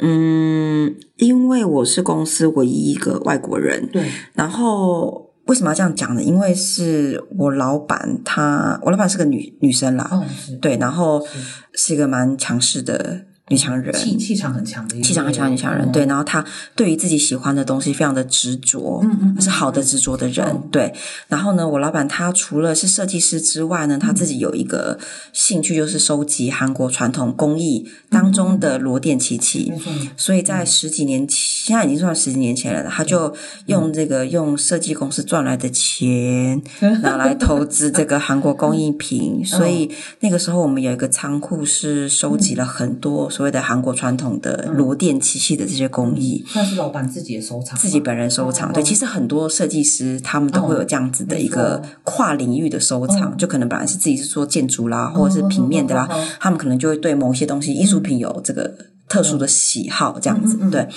嗯，因为我是公司唯一一个外国人， 对，然后。为什么要这样讲呢？因为是我老板她，我老板是个女女生啦，嗯，是对，然后是一个蛮强势的女强人，气气场很强的一个，气场很强很强人，嗯对，，然后他对于自己喜欢的东西非常的执着，嗯嗯嗯是好的执着的人，嗯对。然后呢，我老板他除了是设计师之外嗯呢，他自己有一个兴趣就是收集韩国传统工艺当嗯中的罗甸漆器。没错，所以在十几年前，现在已经算十几年前了，他就用这个用设计公司赚来的钱拿来投资这个韩国工艺品，所以那个时候我们有一个仓库是收集了很多所谓的韩国传统的罗甸漆器的这些工艺，那是老板自己的收藏吗，自己本人收嗯藏。对，其实很多设计师他们都会有这样子的一个跨领域的收嗯藏，就可能本来是自己是做建筑啦，或者是平面的啦，他们可能就会对某些东西艺术品有这个特嗯殊的喜好，这样子。对，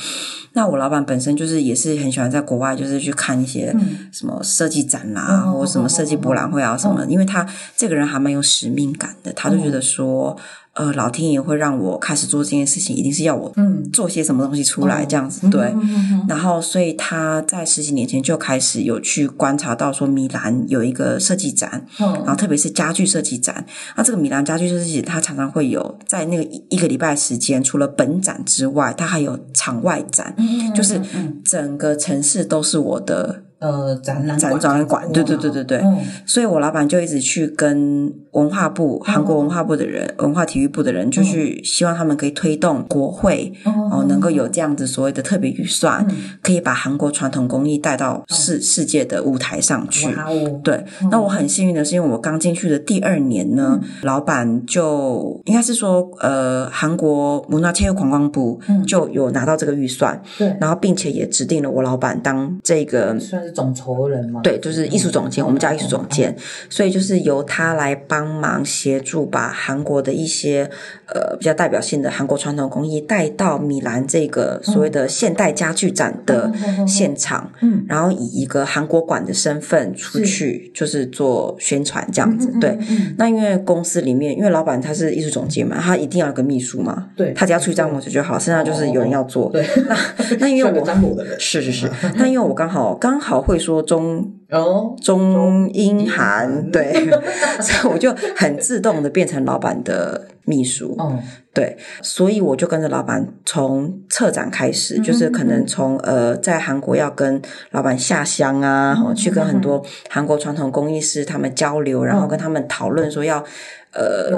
那我老板本身就是也是很喜欢在国外，就是去看一些什么设计展啦，嗯或者什么设计博览会啊什么，因为他这个人还蛮有使命感的，他就觉嗯得说。呃，老天爷会让我开始做这件事情，一定是要我嗯做些什么东西出来，这样子对。嗯嗯嗯然后，所以他在十几年前就开始有去观察到，说米兰有一个设计展，嗯然后特别是家具设计展。那这个米兰家具设计展，它常常会有在那个一一个礼拜时间，除了本展之外，它还有场外展，嗯就是嗯嗯整个城市都是我的呃展览展展览馆。对对对对对。嗯所以我老板就一直去跟文化部、韩哦国文化部的人、文化体育部的人，嗯就去希望他们可以推动国会哦，能够有这样子所谓的特别预算，嗯可以把韩国传统工艺带到世世界的舞台上去。哦哇哦，嗯对，那我很幸运的是，因为我刚进去的第二年呢，老板就应该是说，呃，韩国文化체육观光部嗯就有拿到这个预算，对然后并且也指定了我老板当这个算是总筹人嘛，对，就是艺术总监，嗯我们叫艺术总监，所以就是由他来帮忙协助把韩国的一些呃比较代表性的韩国传统工艺带到米兰这个所谓的现代家具展的现场，嗯然后以一个韩国馆的身份出去，就是做宣传这样嗯子，对。那因为公司里面，因为老板他是艺术总监嘛，他一定要有个秘书嘛，对他只要出一张模子就好，剩下就是有人要做。哦对，那那因为像个我张嗯罗的人是是是，那因为我刚好刚好会说中哦，中英韩，对， 所以我就很自动的变成老板的秘书，嗯对，所以我就跟着老板从策展开始，就是可嗯能从呃在韩国要跟老板下乡啊，嗯哦去跟很多韩国传统工艺师他们交流，然后跟他们讨论说要。呃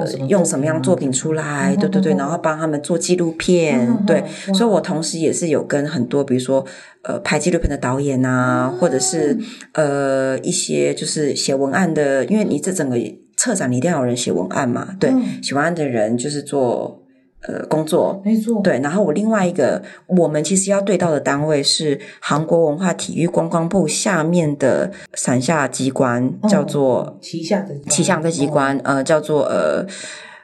嗯用什么，啊用什么样作品嗯出来？对对对，然后帮他们做纪录片，对，所以我同时也是有跟很多，比如说呃拍纪录片的导演啊，或者是嗯呃一些就是写文案的，因为你这整个策展你一定要有人写文案嘛，对，嗯写文案的人就是做呃工作。没错，对，然后我另外一个，我们其实要对到的单位是韩国文化体育观光部下面的伞下机关，哦叫做旗下的旗下的机关，呃，叫做呃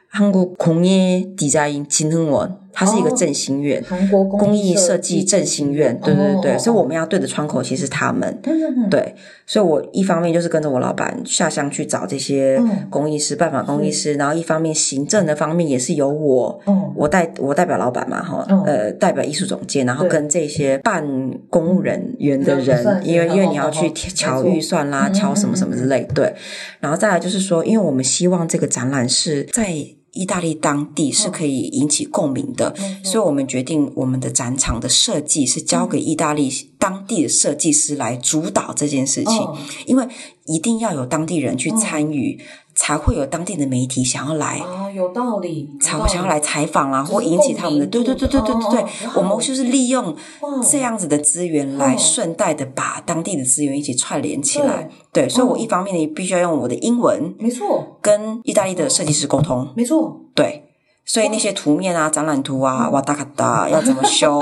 韩国工业 design 金亨文，它是一个振兴院哦，韩国工工艺艺设设计计振兴院，对对哦哦对，哦所以我们要对的窗口其实是他们，嗯对，所以我一方面就是跟着我老板下乡去找这些嗯工艺师、拜访工艺师，然后一方面行政的方面也是由我。嗯我代我代表老板嘛，哈、嗯呃，代表艺术总监，然后对跟这些办公务人员的嗯算人，因为嗯因为你好要好好去没调错预算啦，嗯调什么什么之类，对。然后再来就是说，因为我们希望这个展览是在意大利当地嗯是可以引起共鸣的，所以我们决定我们的展场的设计是交嗯给意大利当地的设计师来主导这件事情，嗯因为一定要有当地人去参与，才会有当地的媒体想要来。啊，有道理，才有道会理想要来采访啦，就是或引起他们的对共对鸣对对对对对哦哦，嗯我哇们哦就是利用哇这样子的资源来哦顺带的把当地的资源一起串联起来。对，所以嗯我一方面呢必须要用我的英文没错，跟意大利的设计师沟通，没错，对。所以那些图面啊、展览图嗯啊、哇哒咔哒要怎么 修，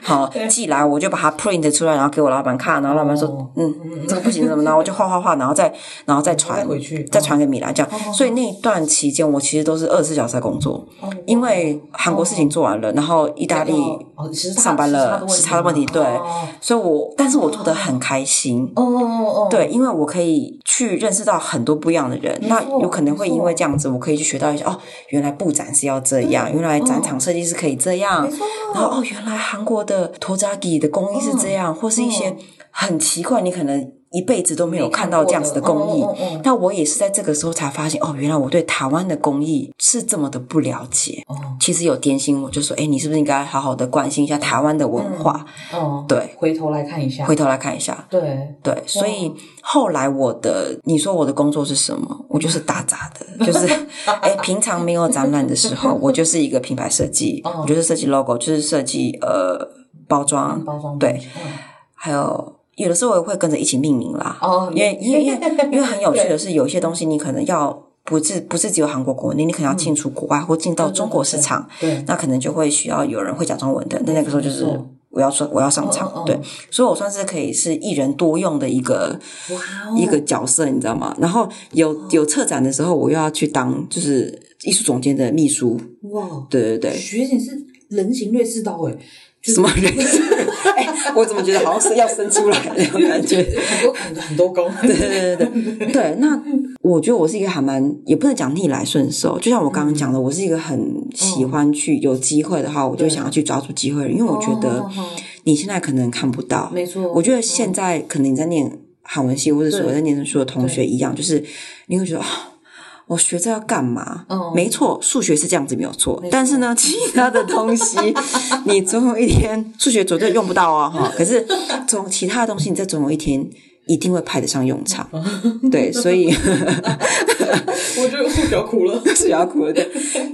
好寄来我就把它 print 出来，然后给我老板看，然后老板哦说，嗯，这个不行怎么，然后我就画画画，然后再然后再传再回去再传给米兰这样哦。所以那一段期间，我其实都是二十四小时在工作。哦因为韩国事情做完了，然后意大利哦时差上班了，时时差差的的问问题题，对哦，所以我但是我做的很开心。哦哦哦，对，因为我可以去认识到很多不一样的人，那有可能会因为这样子，我可以去学到一些哦，原来布展是要这样，原来展场设计是可以这样嗯哦没，错，嗯然后哦，原来韩国的托扎吉的工艺是这样，或是一些很奇怪，你可能一辈子都没有看到这样子的工艺哦哦哦哦。那我也是在这个时候才发现，哦，原来我对台湾的工艺是这么的不了解。哦其实有点醒我，就说，哎，你是不是应该好好的关心一下台湾的文化？哦，对，回头来看一下，回头来看一下。对，对，所以后来我的，你说我的工作是什么？我就是打杂的，就是，哎，平常没有展览的时候，我就是一个品牌设计，哦我就是设计 logo，就是设计呃包装，包装对，嗯还有有的时候我也会跟着一起命名啦。哦 因为因为因为因为很有趣的是，有一些东西你可能要不是不是只有韩国国内，你可能要进出国外、啊或进到中国市场，嗯对，那可能就会需要有人会假中文的。那那个时候就是没错我要说我要上场，哦哦哦对，所以我算是可以是一人多用的一个哇哦一个角色，你知道吗？然后有有策展的时候，我又要去当就是艺术总监的秘书，哇，对 对对。 学姐是人形瑞士刀哎，就是什么人？哎，我怎么觉得好像是要生出来那种感觉？很多很多很多功， 对对对对对对，那我觉得我是一个还蛮，也不能讲逆来顺受，就像我刚刚讲的，我是一个很喜欢去有机会的话，我就想要去抓住机会的人，因为我觉得哦哦哦你现在可能看不到，没错我觉得现在可能你在念韩文系或者所谓在念书的同学一样，就是你会觉得啊。我学这要干嘛？嗯没错，数学是这样子没有错，错但是呢，其他的 东西你总有一天数学绝对用不到啊哈。可是总其他的东西，你在总有一天一定会派得上用 场。对，所以 我觉得我脚苦了。是要哭的。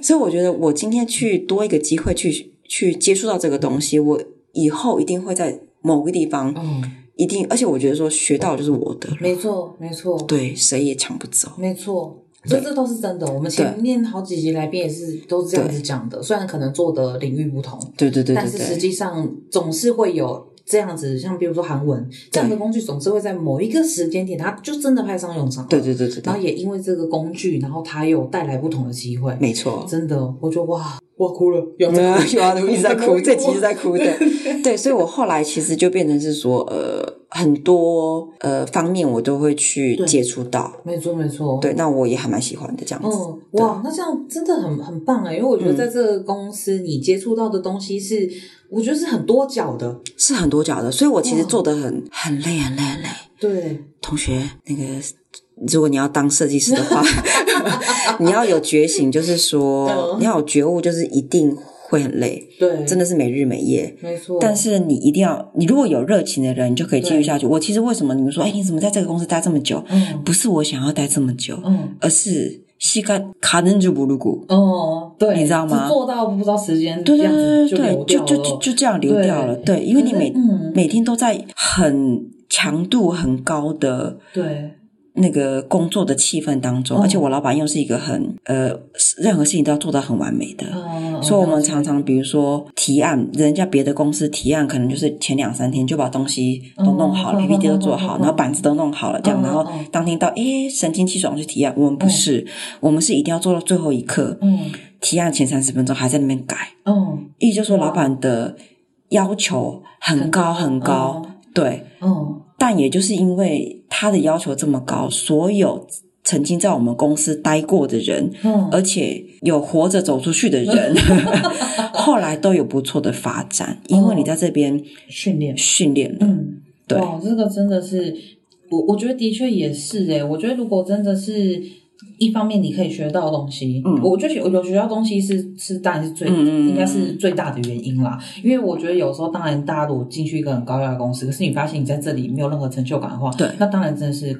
所以我觉得我今天去多一个机会去去接触到这个东西，我以后一定会在某个地方，嗯，一定，而且我觉得说学到就是我的了，没错，没错，对，谁也抢不走。没错，这这倒是真的。我们前面好几集来宾也是都是这样子讲的，虽然可能做的领域不同，对对对但对是实对，际上总是会有这样子，像比如说韩文这样的工具，总是会在某一个时间点，它就真的派上用场。对。对对对然后对，也因为这个工具，然后它有带来不同的机会。没错。真的，我觉得哇，我 哭了， 又要没再有哭，有啊，一直在哭， 这集是在哭的。对，所以我后来其实就变成是说，呃，很多呃方面我都会去对接触到。没错没错，对，那我也还蛮喜欢的这样子。嗯，哇，那这样真的很很棒哎，因为我觉嗯得在这个公司，你接触到的东西是，我觉得是很多角的。是很多角的，所以我其嗯实做的很很累很累很累。对，同学，那个如果你要当设计师的 话， 你要有觉醒，就是说嗯你要有觉悟，就是一定会很累，对，真的的是每日每夜。没错。但是你一定要，你如果有热情的人，你就可以继续下去。我其实为什么你们说，哎，你怎么在这个公司待这么久？嗯不是我想要待这么久，嗯而是膝盖卡能住不入骨。哦，对，你知道吗只做到不知道时间，对这对样子对就对流对，就掉就了就就这样流掉了。对对，因为你每可是嗯每天都在很强度很高的对，那个工作的气氛当中，嗯而且我老板又是一个很呃，任何事情都要做到很完美的。嗯，所以，我们了解常常比如说提案，人家别的公司提案，可能就是前两三天就把东西都弄好了、嗯 p p t 都做嗯好，嗯嗯然后板子都弄好了，这样，嗯嗯然后嗯当天到，诶，神清气爽去提案。我们不是，我们是一定要做到最后一刻，嗯提案前三十分钟还在那边改，嗯意思就是说老板的要求很高很高，对。嗯但也就是因为他的要求这么高，所有曾经在我们公司待过的人，嗯，而且有活着走出去的 人，后来都有不错的发展，因为你在这边训练，训练了。嗯。对哇，这个真的是，我我觉得的确也是诶、我觉得如果真的是一方面你可以学到的东西，嗯我觉得有有学到东西是是当然是最、嗯嗯嗯应该是最大的原因啦。因为我觉得有时候当然大家如果进去一个很高压的公司，可是你发现你在这里没有任何成就感的话，对那当然真的是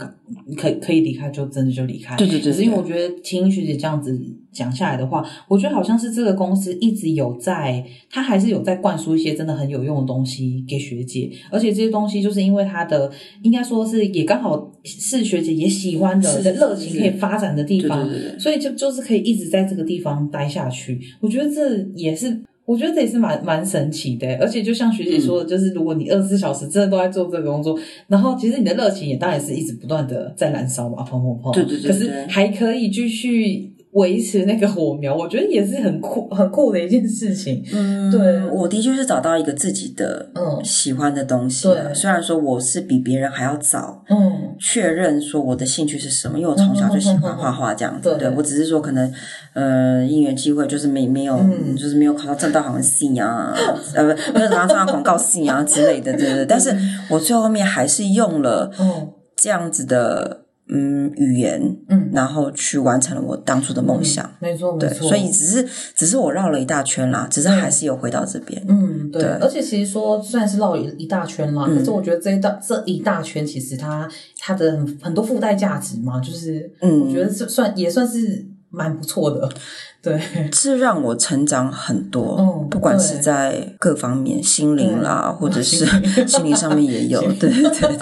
可以可以离开就真的就离开。对对对对可是因为我觉得听学姐这样子讲下来的话，我觉得好像是这个公司一直有在，它还是有在灌输一些真的很有用的东西给学姐，而且这些东西就是因为它的应该说是也刚好是学姐也喜欢的、是是热情可以发展的地对方，对对对，所以就就是可以一直在这个地方待下去。我觉得这也是。我觉得这也是蛮蛮神奇的，欸而且就像学姐嗯说的，就是如果你二十四小时真的都在做这个工作，然后其实你的热情也当然是一直不断的在燃烧嘛，砰砰砰。对对对可是对还可以继续维持那个火苗，我觉得也是很酷很酷的一件事情。嗯对我的确是找到一个自己的嗯喜欢的东西了。对虽然说我是比别人还要早嗯，确认说我的兴趣是什么，因为我从小就喜欢画画这样子。嗯嗯嗯嗯对对我只是说可能，呃，因缘机会就是没没有，嗯就是没有考到正道行系啊，呃，不没有考到正道广告系啊之类的，对对对。但是我最后面还是用了哦，这样子的嗯语言，嗯然后去完成了我当初的梦想。没错嗯没对，错。所以只是只是我绕了一大圈啦，只是还是有回到这边。嗯，对，对嗯而且其实说虽然是绕一一大圈啦，可是我觉得这一大这一大圈其实它它的很很多附带价值嘛，就是嗯我觉得是算也算是蛮不错的， 对，是让我成长很多，嗯不管对哦是在各方面，心 灵啦，或者是心灵上面也有，对对对。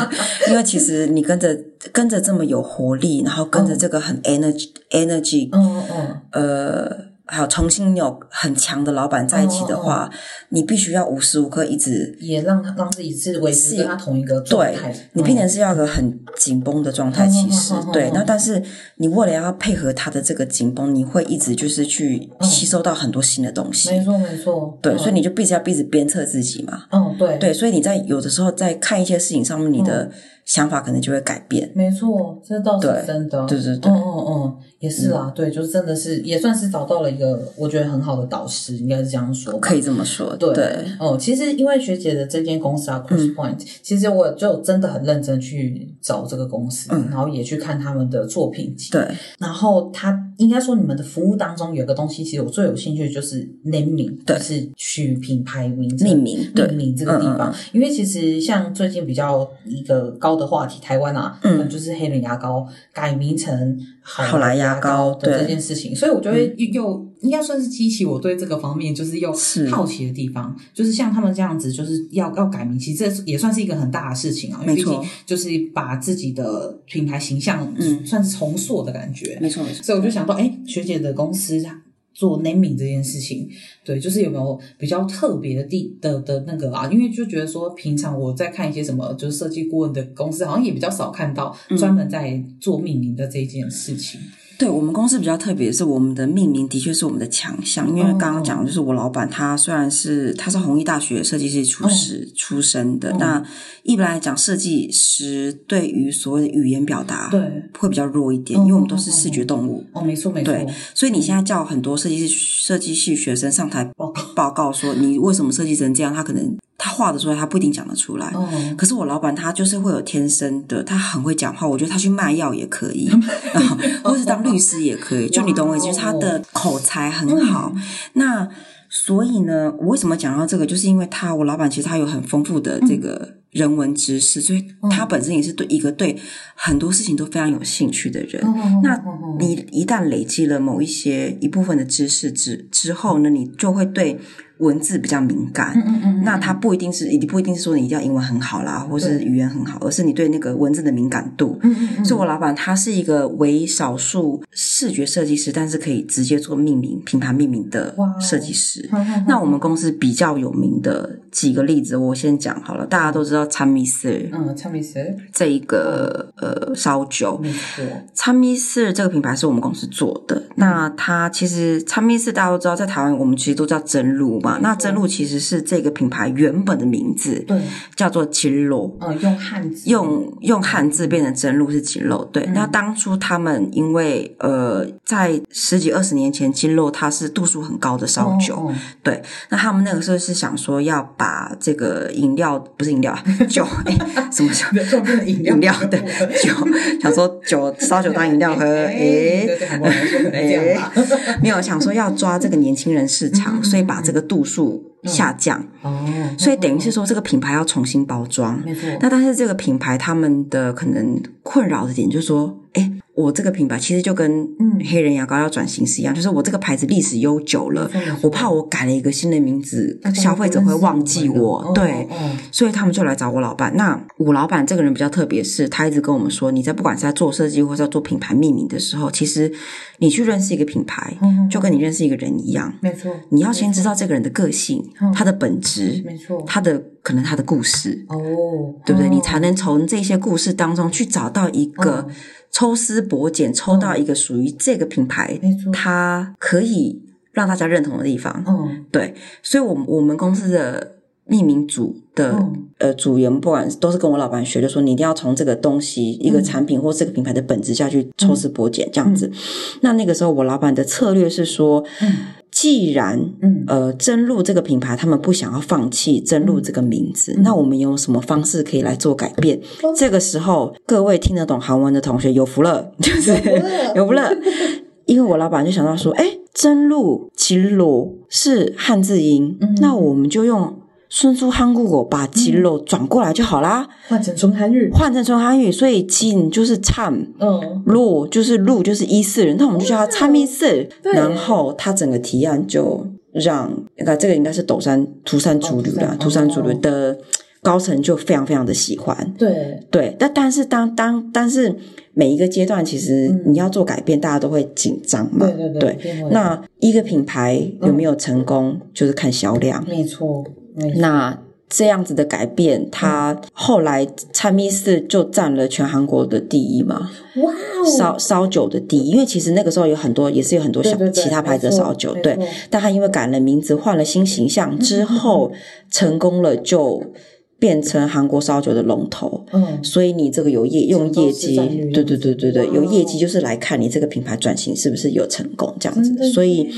因为其实你跟着跟着这么有活力，然后跟着这个很 energy、energy，嗯嗯呃，还有重新有很强的老板在一起的哦话，你必须要无时无刻一直。也让他让自己是维持是跟他同一个状对态，你变成是要有个很紧绷的状态，嗯其嗯实嗯嗯对嗯。那但是你为了要配合他的这个紧绷，你会一直就是去吸收到很多新的东西没，错没错，对。嗯所以你就必须要一直鞭策自己嘛，嗯对对。所以你在有的时候在看一些事情上面，你嗯的想法可能就会改变，没错，这倒是对真的。对对嗯对嗯嗯，也是啊，对，就是真的是也算是找到了一个我觉得很好的导师，应该是这样说吧。可以这么说，对对。哦，其实因为学姐的这间公司啊，Cross 嗯 Point，、其实我就真的很认真去找这个公司，嗯然后也去看他们的作品集。对，然后他应该说你们的服务当中有个东西，其实我最有兴趣的就是 naming，就对是取品牌名字。匿名，对命名这个地方，嗯嗯因为其实像最近比较一个高的话题，台湾啊，嗯可能就是黑人牙膏改名成好好莱莱牙膏膏的这对嗯件事情，所以我就会又又应该算是激起我对这个方面就是又是好奇的地方，就是像他们这样子，就是要要改名，其实这也算是一个很大的事情啊，因为没毕竟错就是把自己的品牌形象，嗯算是重塑的感觉，没错没错。所以我就想到，哎，学姐的公司做 naming 这件事情，对，就是有没有比较特别的地的的那个啊？因为就觉得说，平常我在看一些什么，就是设计顾问的公司，好像也比较少看到专门在做命名的这一件事情。对我们公司比较特别，是我们的命名的确是我们的强项，因为哦刚刚讲的就是我老板他虽然是他是弘毅大学设计系哦出师出身的，那一般来讲设计师对于所谓的语言表达对，会比较弱一点，嗯因为我们都是视觉动物。哦，没错没错，对，所以你现在叫很多设计师、设计系学生上台报告报告说你为什么设计成这样，他可能他画的出来，他不一定讲得出来。哦，可是我老板他就是会有天生的，他很会讲话。我觉得他去卖药也 可以， 或是当律师也可哦以。就你懂我意思，就是他的口才很好。那所以呢，我为什么讲到这个，就是因为他我老板其实他有很丰富的这个人文知识，所以他本身也是对一个对很多事情都非常有兴趣的人。哦那哦哦你一旦累积了某一些一部分的知识之之后呢，你就会对文字比较敏感。嗯嗯嗯，那它不一定是，你不一定是说你一定要英文很好啦，或是对语言很好，而是你对那个文字的敏感度。嗯嗯嗯，所以，我老板他是一个为少数视觉设计师，但是可以直接做命名、品牌命名的哇哦设计师。嗯嗯嗯那我们公司比较有名的几个例子，我先讲好了。大家都知道参米斯嗯，陈美石，这一个呃烧酒，没错，参密士这个品牌是我们公司做的。嗯那它其实参密士大家都知道，在台湾我们其实都叫真露嘛。那真露其实是这个品牌原本的名字，对，叫做金露。嗯，用汉字，用用汉字变成真露是金露，对。嗯那当初他们因为呃，在十几二十年前，金露它是度数很高的烧酒，哦，哦对，那他们那个时候是想说要把这个饮料不是饮料啊 酒，哎，什么 酒？就变成饮料饮料 对酒，想说酒烧酒当饮料喝，哎哎对对韩国人说可能这样吧，没有想说要抓这个年轻人市嗯嗯场，嗯所以把这个度数下降，哦，所以等于是说这个品牌要重新包装。没错，那但是这个品牌他们的可能困扰的点就是说，哎，我这个品牌其实就跟嗯黑人牙膏要转型是一样，就是我这个牌子历史悠久了没错没错，我怕我改了一个新的名字大，家消费者会忘记哦我，对。哦所以他们就来找我老板。那我老板这个人比较特别是，他一直跟我们说，你在不管是在做设计或是要做品牌命名的时候，其实你去认识一个品牌，嗯就跟你认识一个人一样，没错，你要先知道这个人的个性嗯、他的本质、没错，他的可能他的故事，哦，对不对？哦你才能从这些故事当中去找到一个嗯抽丝剥茧，抽到一个属于这个品牌没错，它可以让大家认同的地方。嗯对，所以我们我们公司的命名组的、嗯呃组员，不管是都是跟我老板学，就说你一定要从这个东西、一个产品或这个品牌的本质下去抽丝剥茧这样嗯子。那那个时候，我老板的策略是说，既然嗯呃真露这个品牌他们不想要放弃真露这个名字，那我们有什么方式可以来做改变？这个时候，各位听得懂韩文的同学有福了， 就是有福了。因为我老板就想到说，哎，真露其露是汉字音，那我们就用孙苏汉古狗把其露转过来就好啦，换成中韩日，换成纯汉语，所以金就是唱。嗯，露就是露就是一四人，那我们就叫他参密四。对然后他整个提案就让那个这个应该是斗山涂山主吕哦啦，涂涂山山主吕的高层就非常非常的喜欢。对，对，但但是当当但是每一个阶段，其实嗯你要做改变，大家都会紧张嘛。对对对，一定会那一个品牌有没有成功，就是看销量。没错，没错，那这样子的改变，它后来餐蜜寺就占了全韩国的第一嘛，哇哦，烧烧酒的第一。因为其实那个时候有很多，也是有很多嗯对小对对其他牌子的没错烧酒，没对错。但它因为改了名字，换了新形象之后，嗯成功了就变成韩国烧酒的龙头。嗯，所以你这个有业用业绩成功市占率，对对对对对，哇哦有业绩就是来看你这个品牌转型是不是有成功这样真的子。耶所以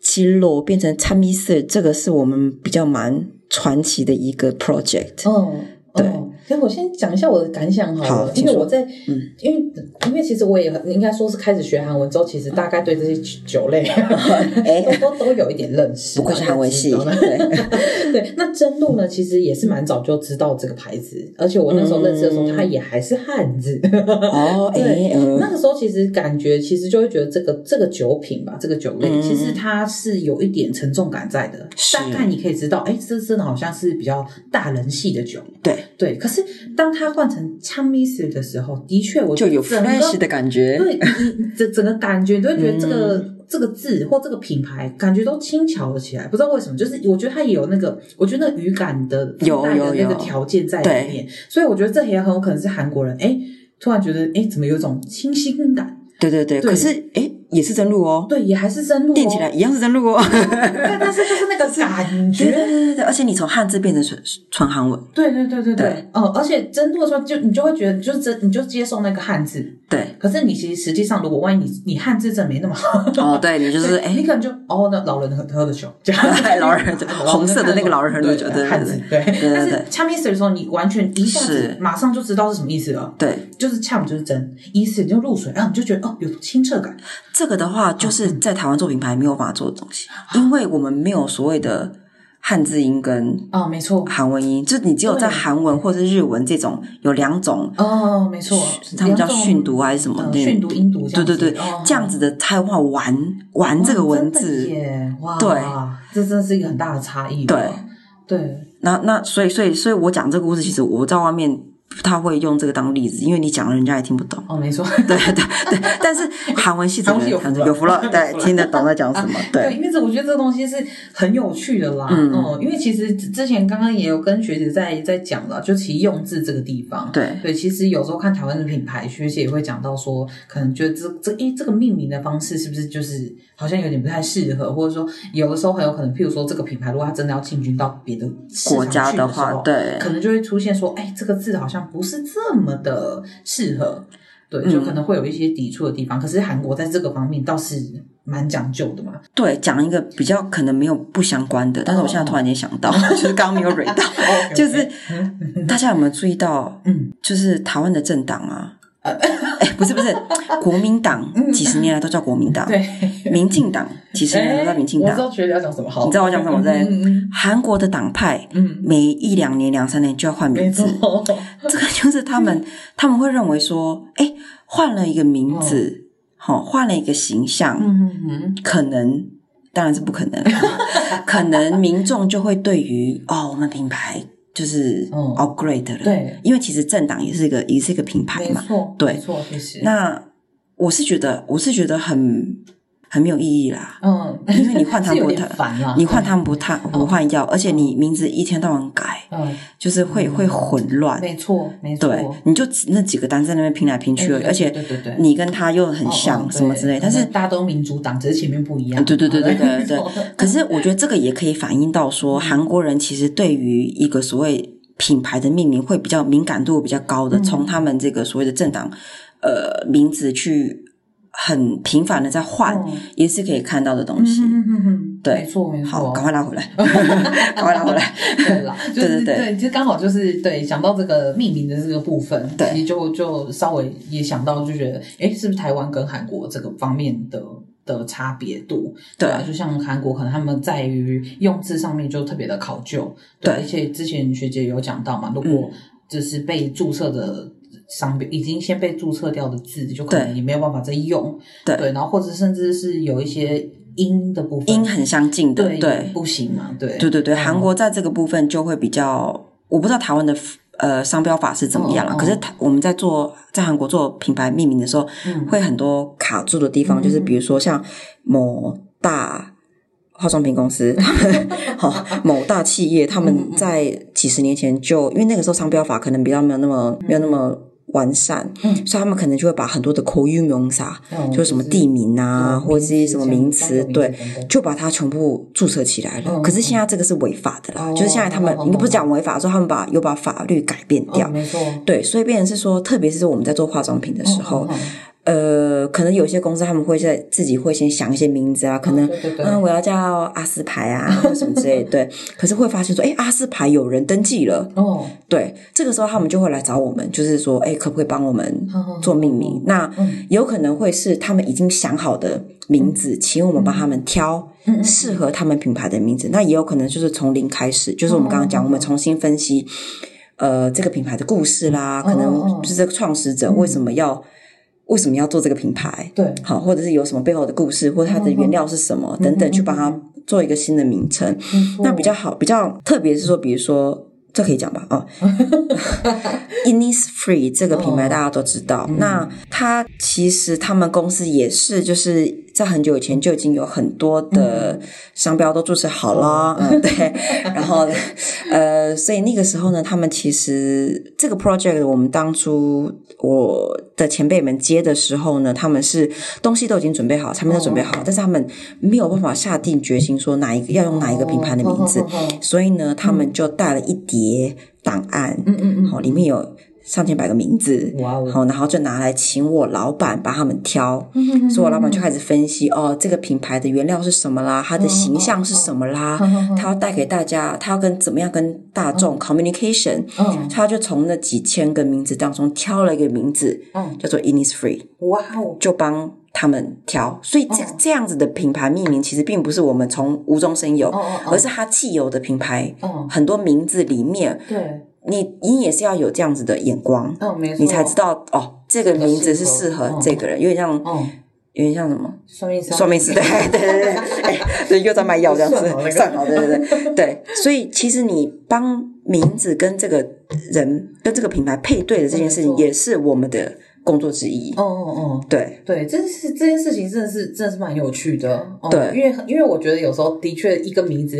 七楼变成参米四，这个是我们比较蛮传奇的一哦个 project。嗯，对嗯。所以我先讲一下我的感想好了，好因请为说我在，嗯因为因为其实我也很应该说是开始学韩文之后，其实大概对这些酒类哎 都都都有一点认识。不愧是韩文系，大概知道对，对，那真露呢，其实也是蛮早就知道这个牌子，而且我那时候认识的时候，嗯他也还是汉字。 哦，对哎，呃那个时候其实感觉，其实就会觉得这个这个酒品吧，这个酒类，嗯其实它是有一点沉重感在的。是大概你可以知道，哎，这真的好像是比较大人系的酒。对对，可是当它换成 c h a m i s 的时候，的确我就有整个 fresh 的感觉，对，你整整个感觉你都会觉得这个、嗯这个字或这个品牌感觉都轻巧了起来，不知道为什么，就是我觉得它也有那个，我觉得那个语感的有附带的有有那个条件在里面，所以我觉得这也很有可能是韩国人哎，突然觉得哎，怎么有一种清新感？对对对。对可是哎，也是真露哦，对，也还是真露、哦，垫起来，一样是真露哦。对，但是就是那 个感对对觉，对对对，而且你从汉字变成纯纯韩文， 对对对对对对，哦、而且真露的时候，就你就会觉得，你就真你就接受那个汉字，，对可是你其实实际上，如果万一你你汉字真的没那么好，哦，对你就是哎你，可能就哦，那老人喝喝的酒，这样老 人喝红色的那个老人喝的酒对对对对汉字对。对但是对呛 mister 的时候，你完全一下子是马上就知道是什么意思了，对。就是呛就是真，意思你就入水，然后你就觉得哦有清澈感，这个的话，就是在台湾做品牌没有办法做的东西，因为我们没有所谓的汉字音跟哦，没错，韩文音，就你只有在对韩文或是日文这种有两种，哦，没错，他们叫两种训读还是什么呃？那训读音读这对样子，对对哦，这样子的才有办法玩玩这个哇文真的字。耶，哇，对，这真是一个很大的差异，哦对对，那那所以所以所以我讲这个故事，其实我在外面不太会用这个当例子，因为你讲了人家也听不懂。哦，没错，对对对，但是韩文系整个人韩文系 有有福福了啊了，对，听得懂在讲什么，对。因为这我觉得这个东西是很有趣的啦。嗯嗯，因为其实之之前刚刚也有跟学姐在在讲了，就其实用字这个地方，对对，其实有时候看台湾的品牌，学姐也会讲到说，可能觉得这这诶这个命名的方式是不是就是好像有点不太适合，或者说有的时候很有可能，譬如说这个品牌如果它真的要进军到别的市场国家去的的话时候，对可能就会出现说，哎，这个字好像不是这么的适合。对，就嗯可能会有一些抵触的地方，可是韩国在这个方面倒是蛮讲究的嘛。对，讲一个比较可能没有不相关的，但是我现在突然间想到，哦就是刚刚没有 蕊到， 就是大家有没有注意到，嗯，就是台湾的政党啊，呃哎，不是不是，国民党几十年来都叫国民党，嗯对，哎民进党几十年来都叫民进我知党，道学姐要讲什么，好，你知道我讲什么在哦嗯韩国的党派嗯，嗯每一两年、两三年就要换没名错字，，这个就是 他们他们会认为说，哎，换了一个名字，好，换了一个形象，哦嗯嗯嗯，可能，当然是不可 能，可能民众就会对于哦，我们品牌就是嗯 upgrade 了，对，因为其实政党也是一个也是一个品牌没嘛。错，嗯对没错，其实，那我是觉得，我是觉得很很没有意义啦，嗯，因为你换汤是有不点烫烦啦，你换他们不烫不换药，而且你名字一天到晚改，嗯，就是会会混乱。没错，没错，对，你就只那几个单在那边拼来拼去而已，对而且对对对你跟他又很哦像哦什么对之类，可但是 能大家都民主党，只是前面不一样，对对对对对对没错。嗯可是我觉得这个也可以反映到说，韩国人其实对于一个所谓品牌的命名会比较敏感度比较高的，嗯从他们这个所谓的政党呃名字去很频繁的在换嗯，也是可以看到的东西。嗯嗯嗯嗯，对没错没错，好，赶快拉 回来，赶快拉回来。对 啦，就是对对对就刚好就是对，想到这个命名的这个部分，对其实就就稍微也想到，就觉得，哎，是不是台湾跟韩国这个方面的？的差别度，对嗯啊，就像韩国可能他们在于用字上面就特别的考究，对嗯而且之前学姐有讲到嘛，如果就是被注册的商标已经先被注册掉的字，就可能对也没有办法再用，对对，然后或者甚至是有一些音的部分，音很相近的，对对不行嘛，对对对对，韩嗯国在这个部分就会比较。我不知道台湾的呃商标法是怎么样了，嗯嗯可是台我们在做在韩国做品牌命名的时候，会很多卡住的地方，就是比如说像某大。化妆品公司， 他们好某大企业，他们在几十年前就因为那个时候商标法可能比较没有那么没有那么完善，嗯所以他们可能就会把很多的口语名啥，嗯哦就是什么地名啊，或者是什么名词，对，就把它全部注册起来了。嗯可是现在这个是违法的啦，哦就是现在他们哦嗯应该不是讲违法，说他们把有把法律改变掉。没错，对，所以变成是说，特别是我们在做化妆品的时哦候，呃，可能有些公司他们会在自己会先想一些名字啊，可能、哦对对对嗯，我要叫阿斯牌 啊，或什么之类的。对，可是会发现说，哎，阿斯牌有人登记了，哦，对，这个时候他们就会来找我们，就是说，哎，可不可以帮我们嗯做命名？那有可能会是他们已经想好的名嗯字，请我们帮他们挑适合他们品牌的名字。那也有可能就是从零开始，就是我们刚刚讲，我们重新分析，呃，这个品牌的故事啦，可哦能哦就是这个创始者为什么要为什么要做这个品牌？对，好，或者是有什么背后的故事，或者它的原料是什么等等，去帮它做一个新的名称。那比较好，比较特别是说，比如说。这可以讲吧？哦，Innisfree 这个品牌大家都知道。那它其实他们公司也是，就是在很久以前就已经有很多的商标都注册好了。嗯，对。然后呃，所以那个时候呢，他们其实这个 project 我们当初我的前辈们接的时候呢，他们是东西都已经准备好，产品都准备好，但是他们没有办法下定决心说哪一个要用哪一个品牌的名字，哦哦哦哦所以呢，他们就带了一叠档案，嗯嗯嗯，好，里面有。上千百个名字，哇哦嗯好，然后就拿来请我老板帮他们挑，所以我老板就开始分析哦，这个品牌的原料是什么哦啦，它的形象是什么啦，它要带给大家，它要跟怎么样跟大众 communication，嗯他就从那几千个名字当中挑了一个名字， 嗯叫做 Innisfree，哇哦，就帮他们挑。所以这、这样子的品牌命名其实并不是我们从无中生有，哦哦而是它既有的品牌、嗯很多名字里面，对，你你也是要有这样子的眼光，嗯，没错，你才知道哦，这个名字是适适合嗯合这个人，有点像，哦，有点像什么？算命师，算命 师，对对对对，哎，对又在卖药这样子算好那个，算好，对对对对，所以其实你帮名字跟这个人跟这个品牌配对的这件事没情，错也是我们的工作之一。哦哦哦，对，对，这是这件事情真的是真的是蛮有趣的，哦、对因为因为我觉得有时候的确一个名字，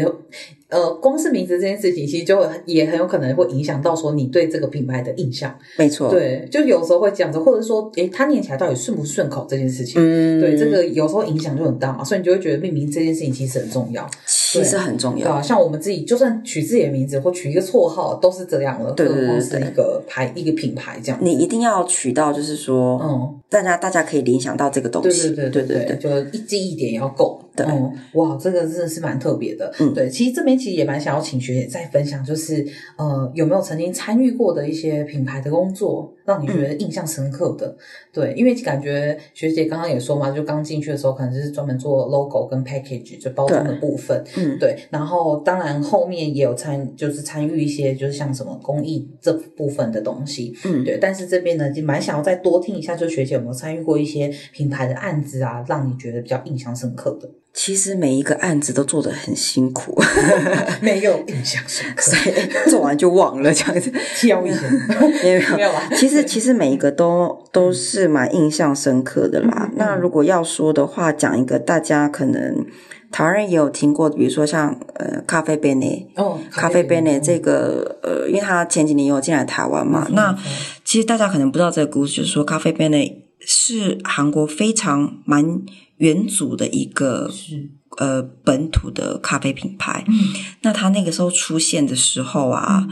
呃，光是名字这件事情，其实就会也很有可能会影响到说你对这个品牌的印象，没错，，对，就有时候会这样子，或者说，诶，它念起来到底顺不顺口这件事情，嗯，对，这个有时候影响就很大嘛，所以你就会觉得命名这件事情其实很重要，其实很重对啊，要。像我们自己就算取自己的名字或取一个绰号都是这样了，对对对更何况对是一个牌一个品牌这样，你一定要取到，就是说，嗯。大家大家可以联想到这个东对西，对对对对，就一记忆点也要够。对嗯，哇，这个真的是蛮特别的。嗯对，其实这边其实也蛮想要请学姐再分享，就是呃，有没有曾经参与过的一些品牌的工作，让你觉得印象深刻的？对，因为感觉学姐刚刚也说嘛，就刚进去的时候可能就是专门做 logo 跟 package 就包装的部分。嗯对，然后当然后面也有参，就是参与一些就是像什么公益这部分的东西。嗯，对，但是这边呢，就蛮想要再多听一下，就学姐有没有参与过一些品牌的案子啊，让你觉得比较印象深 刻的？其实每一个案子都做得很 辛苦，没有印象深 刻，所以做完就忘了这样子。挑一 些，没有没有啊啦。其实其实每一个都都是蛮印象深刻的嗯啦。那如果要说的话，讲一个大家可能台湾人也有听过，比如说像呃咖啡杯呢。哦，咖啡杯呢，杯这个呃，因为它前几年也有进来台湾嘛，嗯那其实大家可能不知道这个故事，就是说咖啡杯呢是韩国非常蛮元祖的一个是，呃本土的咖啡品牌。嗯那它那个时候出现的时候啊，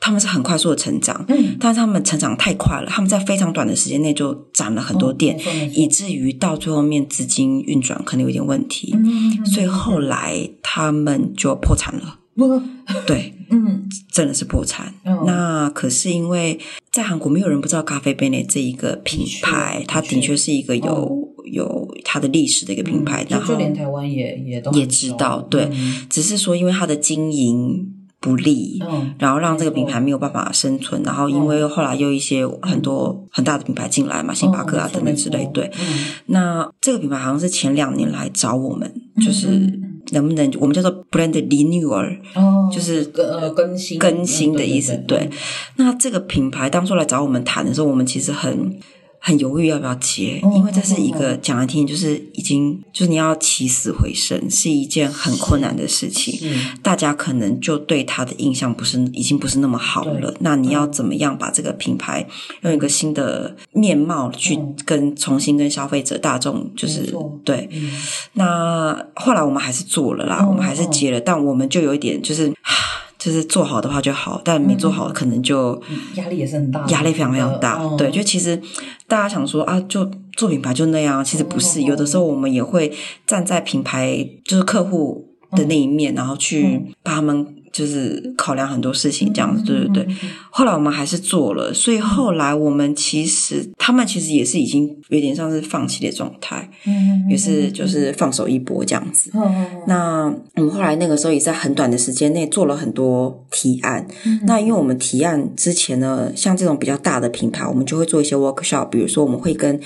他们是很快速的成长，嗯，但是他们成长太快了，他们在非常短的时间内就涨了很多店，哦没错没错以至于到最后面资金运转可能有点问题，嗯所以后来他们就破产了。嗯对，嗯真的是破产。嗯那可是因为在韩国，没有人不知道咖啡杯呢这一个品牌的确，它的确是一个有、哦有它的历史的一个品牌，就然后就连台湾也也都也很知熟道，对，嗯只是说因为它的经营不利，嗯然后让这个没错嗯品牌没有办法生存，然后因为后来又一些很多很大的品牌进来嘛，嗯星巴克啊没错等等之类没错，对。嗯那这个品牌好像是前两年来找我们，就是嗯能不能我们叫做 brand renewal，哦，就是更呃更新更新的意思。嗯对，那这个品牌当初来找我们谈的时候，我们其实很很犹豫要不要接，哦因为这是一个讲来听，就是已经就是你要起死回生是一件很困难的事情。是大家可能就对它的印象不是已经不是那么好了对，那你要怎么样把这个品牌用一个新的面貌去嗯跟重新跟消费者大众就没是错对，嗯那后来我们还是做了啦，嗯我们还是接了，但我们就有一点就是， 唉就是做好的话就好，但没做嗯好可能就压力也是很大的，压力非常非常大。嗯对，就其实大家想说啊，就做品牌就那样，其实不是，嗯有的时候我们也会站在品牌就是客户的那一面，嗯然后去帮他们。就是考量很多事情，这样嗯子，对对对。后来我们还是做了，所以后来我们其实他们其实也是已经有点像是放弃的状态，嗯也是就是放手一搏这样子。嗯嗯那我们后来那个时候也在很短的时间内做了很多提案。那因为我们提案之前呢，像这种比较大的品牌，我们就会做一些 workshop，比如说我们会跟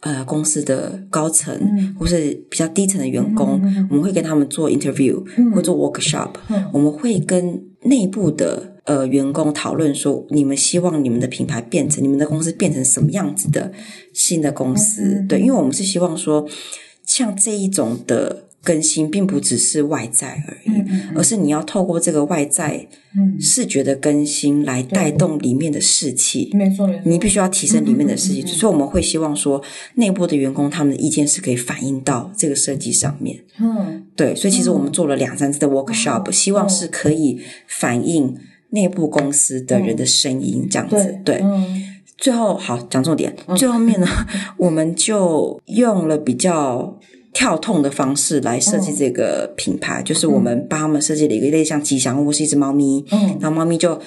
呃公司的高层、或是比较低层的员工，我们会跟他们做 interview，、会做 workshop，、我们会跟内部的。呃，员工讨论说，你们希望你们的品牌变成，你们的公司变成什么样子的新的公司？对，因为我们是希望说，像这一种的更新，并不只是外在而嗯已，而是你要透过这个外在视觉的更新来带动里面的士气。没错没错，你必须要提升里面的士气，所以我们会希望说，内部的员工他们的意见是可以反映到这个设计上面。嗯对，所以其实我们做了两三次的 workshop，、希望是可以反映内部公司的人的声音，这样子。嗯对对，嗯最后好讲重点，最后面呢，我们就用了比较跳痛的方式来设嗯计这个品牌，就是我们帮他们设计了一个类似像吉祥物，是一只猫咪，嗯然后猫咪就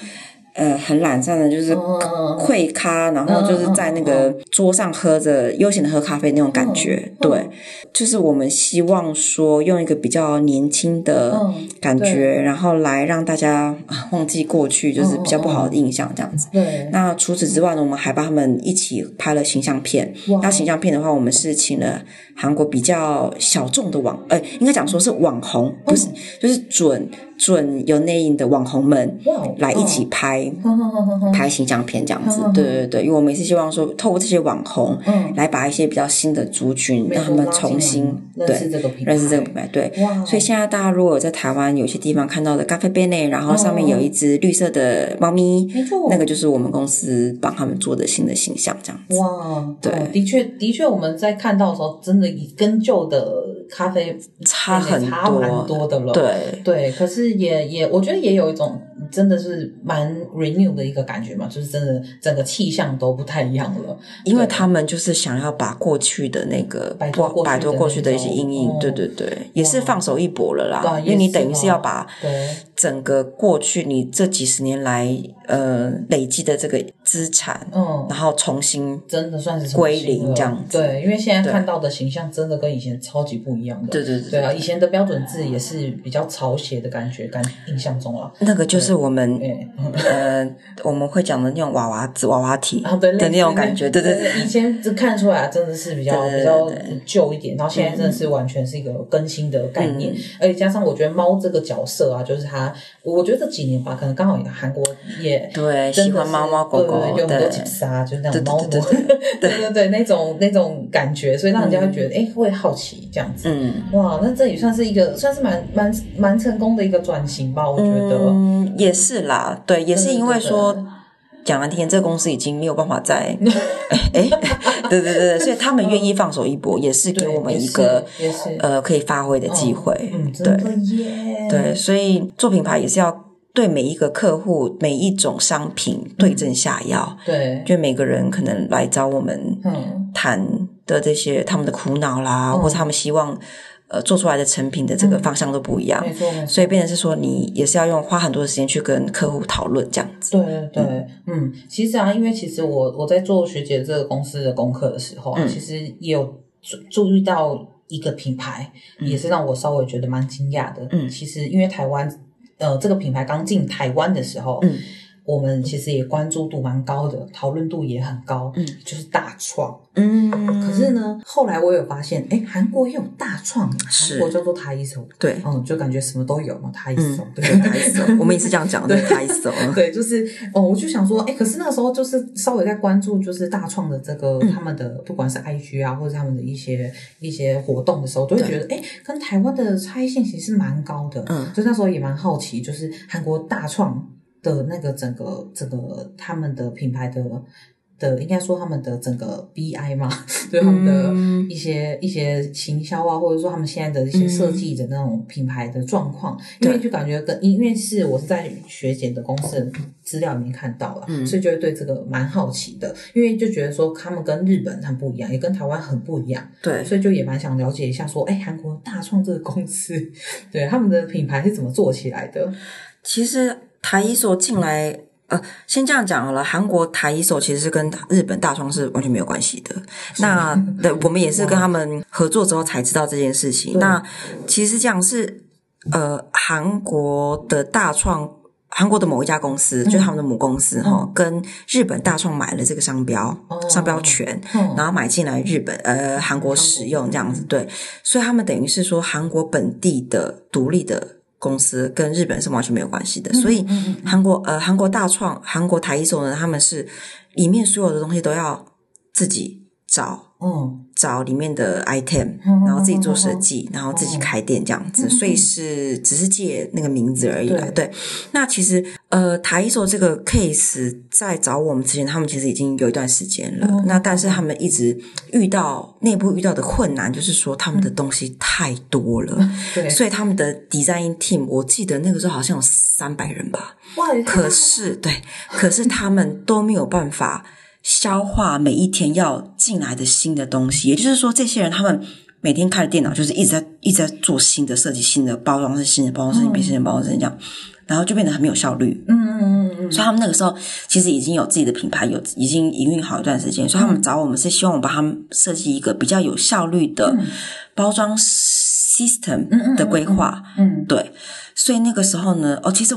呃很懒散的，就是嗯嗯嗯溃咖，然后就是在那个桌上喝着悠闲的喝咖啡那种感觉，嗯嗯对，就是我们希望说用一个比较年轻的嗯感觉，然后来让大家啊忘记过去就是嗯比较不好的印象这样子。对，那除此之外呢，我们还帮他们一起拍了形象片。哇那形象片的话，我们是请了韩国比较小众的网，呃，应该讲说是网嗯红，不是，就是准准有内应的网红们哇来一起拍、哼哼哼哼哼拍形象片这样子。嗯嗯嗯嗯对对对，因为我们也是希望说，透过这些网红，嗯来把一些比较新的族群，没让错他们拉进重来新认识嗯对这个品牌，认识这个品牌。对，哇，所以现在大家如果有在台湾有些地方看到的咖啡杯内，然后上面有一只绿色的猫咪，没错那个就是我们公司帮他们做的新的形象，这样子。哇，对哦的确，的确，我们在看到的时候，真的已跟旧的咖啡差很多差蛮多的了。对，对，可是也也，我觉得也有一种真的是蛮 renew 的一个感觉嘛，就是真的整个气象都不太一样了。因为他们就是想要把过去的那个摆脱不过去的摆脱过去的一些那种阴影哦，对对对，也是放手一搏了对啊啦。因也为你是等于是啦要把对整个过去你这几十年来呃累积的这个资产，嗯，然后重新真的算是重归新了零这样子对，因为现在对看到的形象真的跟以前超级不一样的。对对对对啊，以前的标准字也是比较草写的感觉，感印象中啊。那个就是我们对，嗯呃，我们会讲的那种娃娃子、娃娃体 啊，对类的似那种感觉，对对以对，前只看出来真的是比较对对比较对对嗯旧一点，然后现在真的是完全是一个更新的概念，而且加上我觉得猫这个角色啊，就是它，我觉得这几年吧，可能刚好韩国也。对，真的喜欢是猫猫狗对，对狗对有很多对，警杀，就是那种猫对奴，对对 对对对，那种那种感觉，所以让人家会觉得，哎，会好奇这样子。嗯，哇，那这也算是一个，算是蛮蛮蛮成功的一个转型吧，我觉得。嗯，也是啦，对，也是因为对对说。讲了天，这个公司已经没有办法再， 哎，对对对对，所以他们愿意放手一搏，也是给对我们也一是个也是呃可以发挥的机会，嗯，真对的耶。对，所以做品牌也是要对每一个客户、每一种商品对症下药，对，就每个人可能来找我们，嗯，谈的这些他们的苦恼啦，或者他们希望呃做出来的成品的这个方向都不一样，没错，没错。所以变成是说你也是要用花很多的时间去跟客户讨论这样子。对对对，嗯，其实啊，因为其实我我在做学姐这个公司的功课的时候啊，嗯其实也有注注意到一个品牌，也是让我稍微觉得蛮惊讶的。嗯其实因为台湾呃这个品牌刚进台湾的时候，嗯，我们其实也关注度蛮高的，讨论度也很高，嗯，就是大创。嗯，可是呢，后来我有发现，哎，韩国也有大创，啊是韩国叫做台一手，对，嗯，就感觉什么都有嘛，台一嗯手，，对对，抬手，我们也是这样讲 的，对抬手，对，就是哦，我就想说，哎，可是那时候就是稍微在关注，就是大创的这个、他们的不管是 IG 啊，或者他们的一些一些活动的时候，都会对觉得，哎，跟台湾的差异性其实蛮高的。嗯就那时候也蛮好奇，就是韩国大创的那个整个整个他们的品牌的。的应该说他们的整个 BI 嘛， 对他们的嗯一些、一些行销啊，或者说他们现在的一些设计的那种品牌的状况，因为对就感觉跟因为是我是在学姐的公司的资料里面看到了，嗯所以就会对这个蛮好奇的，因为就觉得说他们跟日本很不一样，也跟台湾很不一样，对，所以就也蛮想了解一下说，哎，韩国大创这个公司，对他们的品牌是怎么做起来的？其实台一所进来，呃，先这样讲好了。韩国台一所其实是跟日本大创是完全没有关系的。那对，我们也是跟他们合作之后才知道这件事情。对那其实这样是，呃，韩国的大创。韩国的某一家公司，就是他们的母公司哈、嗯跟日本大创买了这个商标、哦商标权，嗯然后买进来日本呃韩国使用这样子，对，所以他们等于是说韩国本地的独立的公司跟日本是完全没有关系的，所以韩国呃韩国大创韩国台一手呢，他们是里面所有的东西都要自己找嗯，找里面的 item，嗯然后自己做设计，然后自己开店这样子，所以是只是借那个名字而已啦。对，那其实呃，台一手这个 case 在找我们之前，他们其实已经有一段时间了。那但是他们一直遇到内部遇到的困难，就是说他们的东西太多了，嗯对，所以他们的 design team，我记得那个时候好像有三百人吧。哇，也太可 是，对，可是他们都没有办法消化每一天要进来的新的东西。也就是说，这些人他们每天开着电脑，就是一直在一直在做新的设计、新的包装是新的包装设计、变新的包装设计这样，然后就变得很没有效率。嗯嗯嗯嗯嗯，所以他们那个时候其实已经有自己的品牌，有已经营运好一段时嗯间，所以他们找我们是希望我们帮他们设计一个比较有效率的嗯包装 system 的规划。嗯对，所以那个时候呢，哦，其实，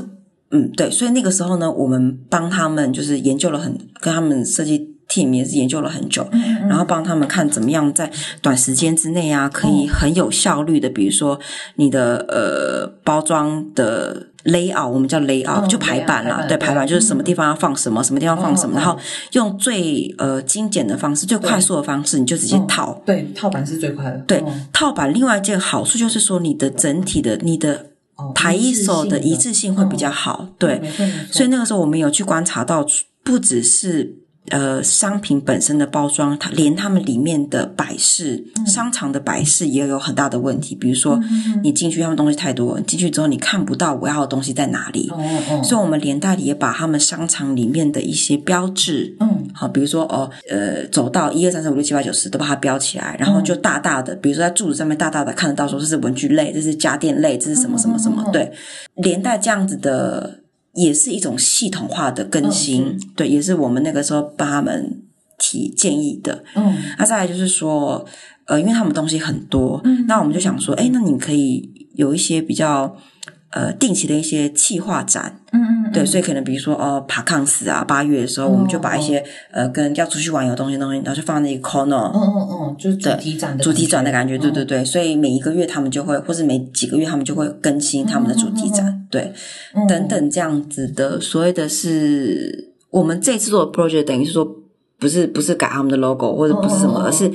嗯，对，所以那个时候呢，我们帮他们就是研究了很，跟他们设计 team 也是研究了很久，嗯然后帮他们看怎么样在短时间之内啊，可嗯以很有效率的，比如说你的呃包装的。layout 我们叫 layout、嗯就排版啦， ，layout，对，排版嗯排版就是什么地方要放什么，什么地方要放什嗯嗯么，嗯然后用最呃精简的方式、最快速的方式，你就直嗯接套，对套版是最快的，对嗯，套版另外一件好处就是说，你的整体的你的哦台一手的一致性会比较好，好，对嗯没。错没错，所以那个时候我们有去观察到，不只是呃商品本身的包装，它连他们里面的摆饰、嗯商场的摆饰也有很大的问题。比如说，你进去他们东西太多，进去之后你看不到我要的东西在哪里。哦哦，所以，我们连带也把他们商场里面的一些标志，嗯好，比如说哦，呃，走到一二三四五六七八九十都把它标起来，然后就大大的，比如说在柱子上面大大的看得到说这是文具类，这是家电类，这是什么什么什么，对，连带这样子的也是一种系统化的更新，对，也是我们那个时候帮他们提建议的。嗯那再来就是说，呃，因为他们东西很多，嗯那我们就想说，哎，那你可以有一些比较呃定期的一些企划展，嗯哦嗯，对，所以可能比如说哦，爬康斯啊，八月的时候，我们就把一些、呃跟要出去玩有东西的东西，然后就放在那个 corner、嗯嗯嗯，就是主题展的主题展的感感觉，对对对，所以每一个月他们就会，或是每几个月他们就会更新他嗯们的主题展，对，等等这样子的，所谓的是我们这次做的 project，等于是说不是不是改他们的 logo 或者不是什嗯么，嗯嗯嗯而是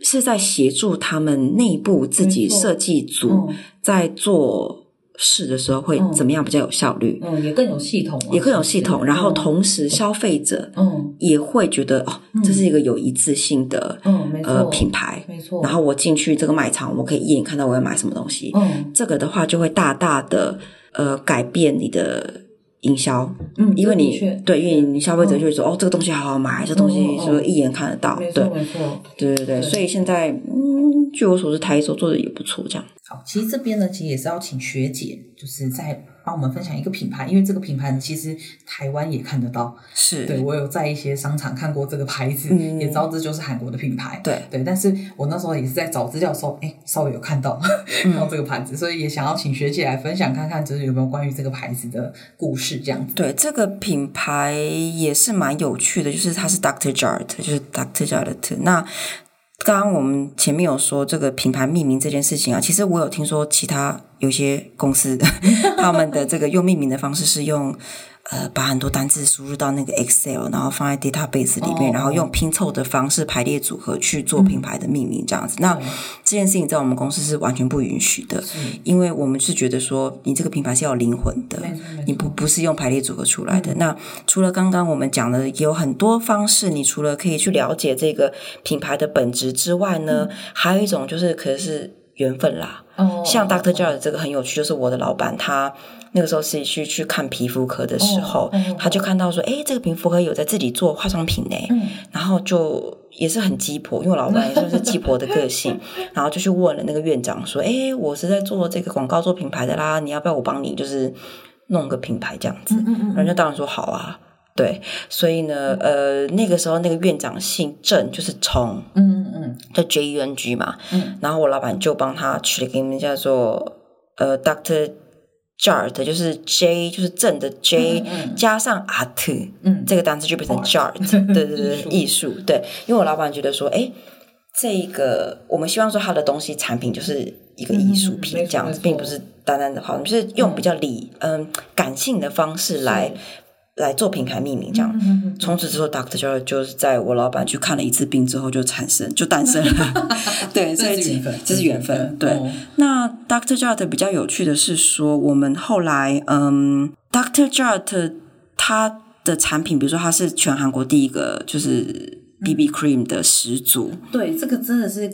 是在协助他们内部自己没错设计组嗯在做事的时候会嗯怎么样比较有效率，觉，嗯，也更有系统啊，也更有系统，然后嗯同时消费者嗯也会觉得哦，这是一个有一致性的、嗯，没错，呃品牌。没错，然后我进去这个卖场，我可以一眼看到我要买什么东西。嗯这个的话就会大大的呃改变你的营销，嗯，因为的你确对，因为你消费者就会说、哦，这个东西好好买，这东西嗯嗯说一眼看得到，没对错没错，对对对，所以现在嗯，据我所知，台一手做的也不错，这样好，其实这边呢，其实也是要请学姐，就是在帮我们分享一个品牌，因为这个品牌其实台湾也看得到。是对我有在一些商场看过这个牌子，嗯也知道这就是韩国的品牌。对对，但是我那时候也是在找资料的时候，哎，稍微有看到看到这个牌子，所以也想要请学姐来分享看看，就是有没有关于这个牌子的故事这样子。对，这个品牌也是蛮有趣的，就是它是 Doctor Jart，就是 Doctor Jart。那刚刚我们前面有说这个品牌命名这件事情啊，其实我有听说其他有些公司他们的这个用命名的方式是用。呃，把很多单字输入到那个 Excel，然后放在 database 里面哦然后用拼凑的方式排列组合去做品牌的命名，这样子。嗯那这件事情在我们公司是完全不允许的，因为我们是觉得说，你这个品牌是要有灵魂的没错没错，你不不是用排列组合出来的。嗯那除了刚刚我们讲的，也有很多方式，你除了可以去了解这个品牌的本质之外呢，还有一种就是可能是缘分嗯啦。哦像 Doctor j a r 这个很有趣，就是我的老板他那个时候是去去看皮肤科的时候，哦哦他就看到说，诶，这个皮肤科有在自己做化妆品呢、嗯然后就也是很鸡婆，因为我老板也算是鸡婆的个 性，然后就去问了那个院长说，诶，我是在做这个广告做品牌的啦，你要不要我帮你就是弄个品牌这样子？嗯嗯人家当然说好啊。对，所以呢，呃，那个时候那个院长姓郑，就是崇，嗯嗯叫 J U N G 嘛，嗯然后我老板就帮他取了一个名字叫做呃 Doctor Jart，就是 J 就是正的 J，、嗯嗯嗯加上 Art 嗯这个单词就变成 Jart，对对对，艺术对，因为我老板觉得说，哎，这个我们希望说他的东西产品就是一个艺嗯术嗯嗯没品错这样没子错，并不是单单的好，就是用比较理嗯感性的方式来来做品牌命名这样。嗯嗯嗯，从此之后，Doctor j o 就是在我老板去看了一次病之后就产生就诞生 了，对，所以这是缘分这是缘分。对，哦那 Doctor j o 比较有趣的是说，我们后来嗯，Doctor j o 它的产品，比如说它是全韩国第一个就是嗯 BB cream 的始祖，对，这个真的是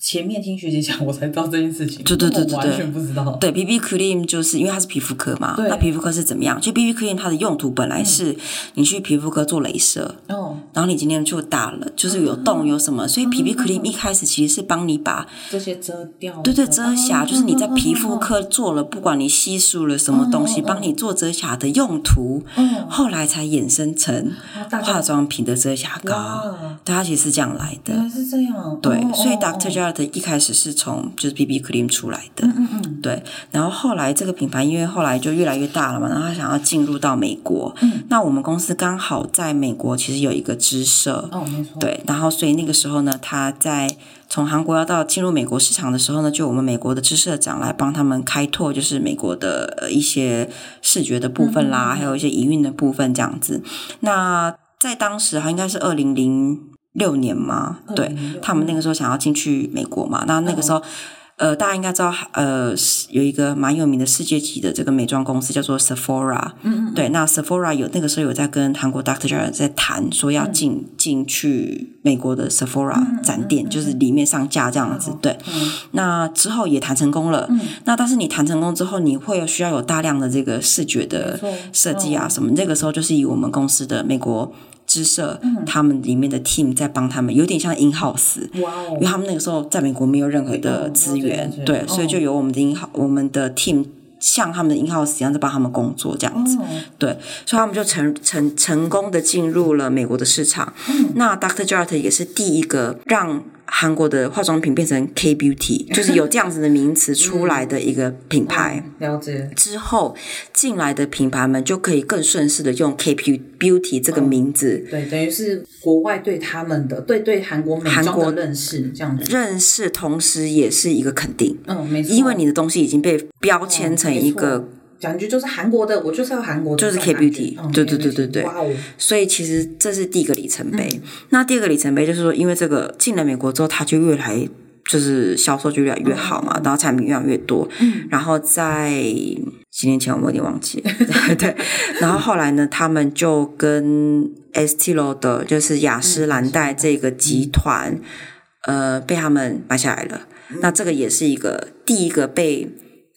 前面听学姐讲我才知道这件事情，对对对对我完全不知道。对，BB cream 就是因为它是皮肤科嘛，对那皮肤科是怎么样？就 BB cream 它的用途本来是你去皮肤科做镭射，哦，然后你今天就打了，就是有洞有什么，所以 BB cream 一开始其实是帮你把这些遮掉，嗯哦对对嗯遮瑕，就是你在皮肤科做了，不管你吸收了什么东西，帮你做遮瑕的用途，哦后来才衍生成大家化妆品的遮瑕膏，啊，对它其实是这样来原来的。是这样。对嗯哦，所以哦 Doctor 哦 Jart 一开始是从就是 BB cream 出来的，嗯嗯对，然后后来这个品牌因为后来就越来越大了嘛，然后他想要进入到美国，嗯那我们公司刚好在美国其实有一个支社，哦，没错，对，然后所以那个时候呢，他在从韩国要到进入美国市场的时候呢，就我们美国的支社长来帮他们开拓，就是美国的呃一些视觉的部分啦，还有一些营运的部分这样子。那在当时哈，应该是二零零六年嘛，对2006他们那个时候想要进去美国嘛，那那个时候。呃，大家应该知道，呃，有一个蛮有名的世界级的这个美妆公司叫做 Sephora，嗯嗯，对，那 Sephora 有那个时候有在跟韩国 Doctor j a r 在谈，说要进、进去美国的 Sephora 展店，就是里面上架这样子。对，嗯那之后也谈成功了。那但是你谈成功之后，你会有需要有大量的这个视觉的错设计啊什么。那个时候就是以我们公司的美国支社，他们里面的 team 在帮他们，有点像 in house。哇哦因为，他们那个时候在美国没有任何的资源嗯没有，对了，解所以就由我们的 in 我们的 team 像他们的 in house 一样在帮他们工作这嗯样子，对，所以他们就成成成功的进入了美国的市场。嗯那 Dr. Jart 也是第一个让韩国的化妆品变成 K beauty，就是有这样子的名词出来的一个品牌。了解，之后进来的品牌们就可以更顺势的用 K beauty 这个嗯名字对，等于是国外对他们的对对韩国美韩妆国的认识这样子。认识，同时也是一个肯定。嗯，没错，嗯因为你的东西已经被标签成一没个错，感觉就是韩国的，我就是要韩国的就这是种感觉， K-beauty，嗯对对对对 K-beauty，对哇哦，所以其实这是第一个里程碑。那第二个里程碑就是说，因为这个进了美国之后，它就越来就是销售就越来越好嘛，然后产品越来越多。然后在几年前我有点忘记了，对。然后后来呢，他们就跟 Estee l a u d 的，就是雅诗兰黛这个集团，呃，被他们买下来了。那这个也是一个第一个被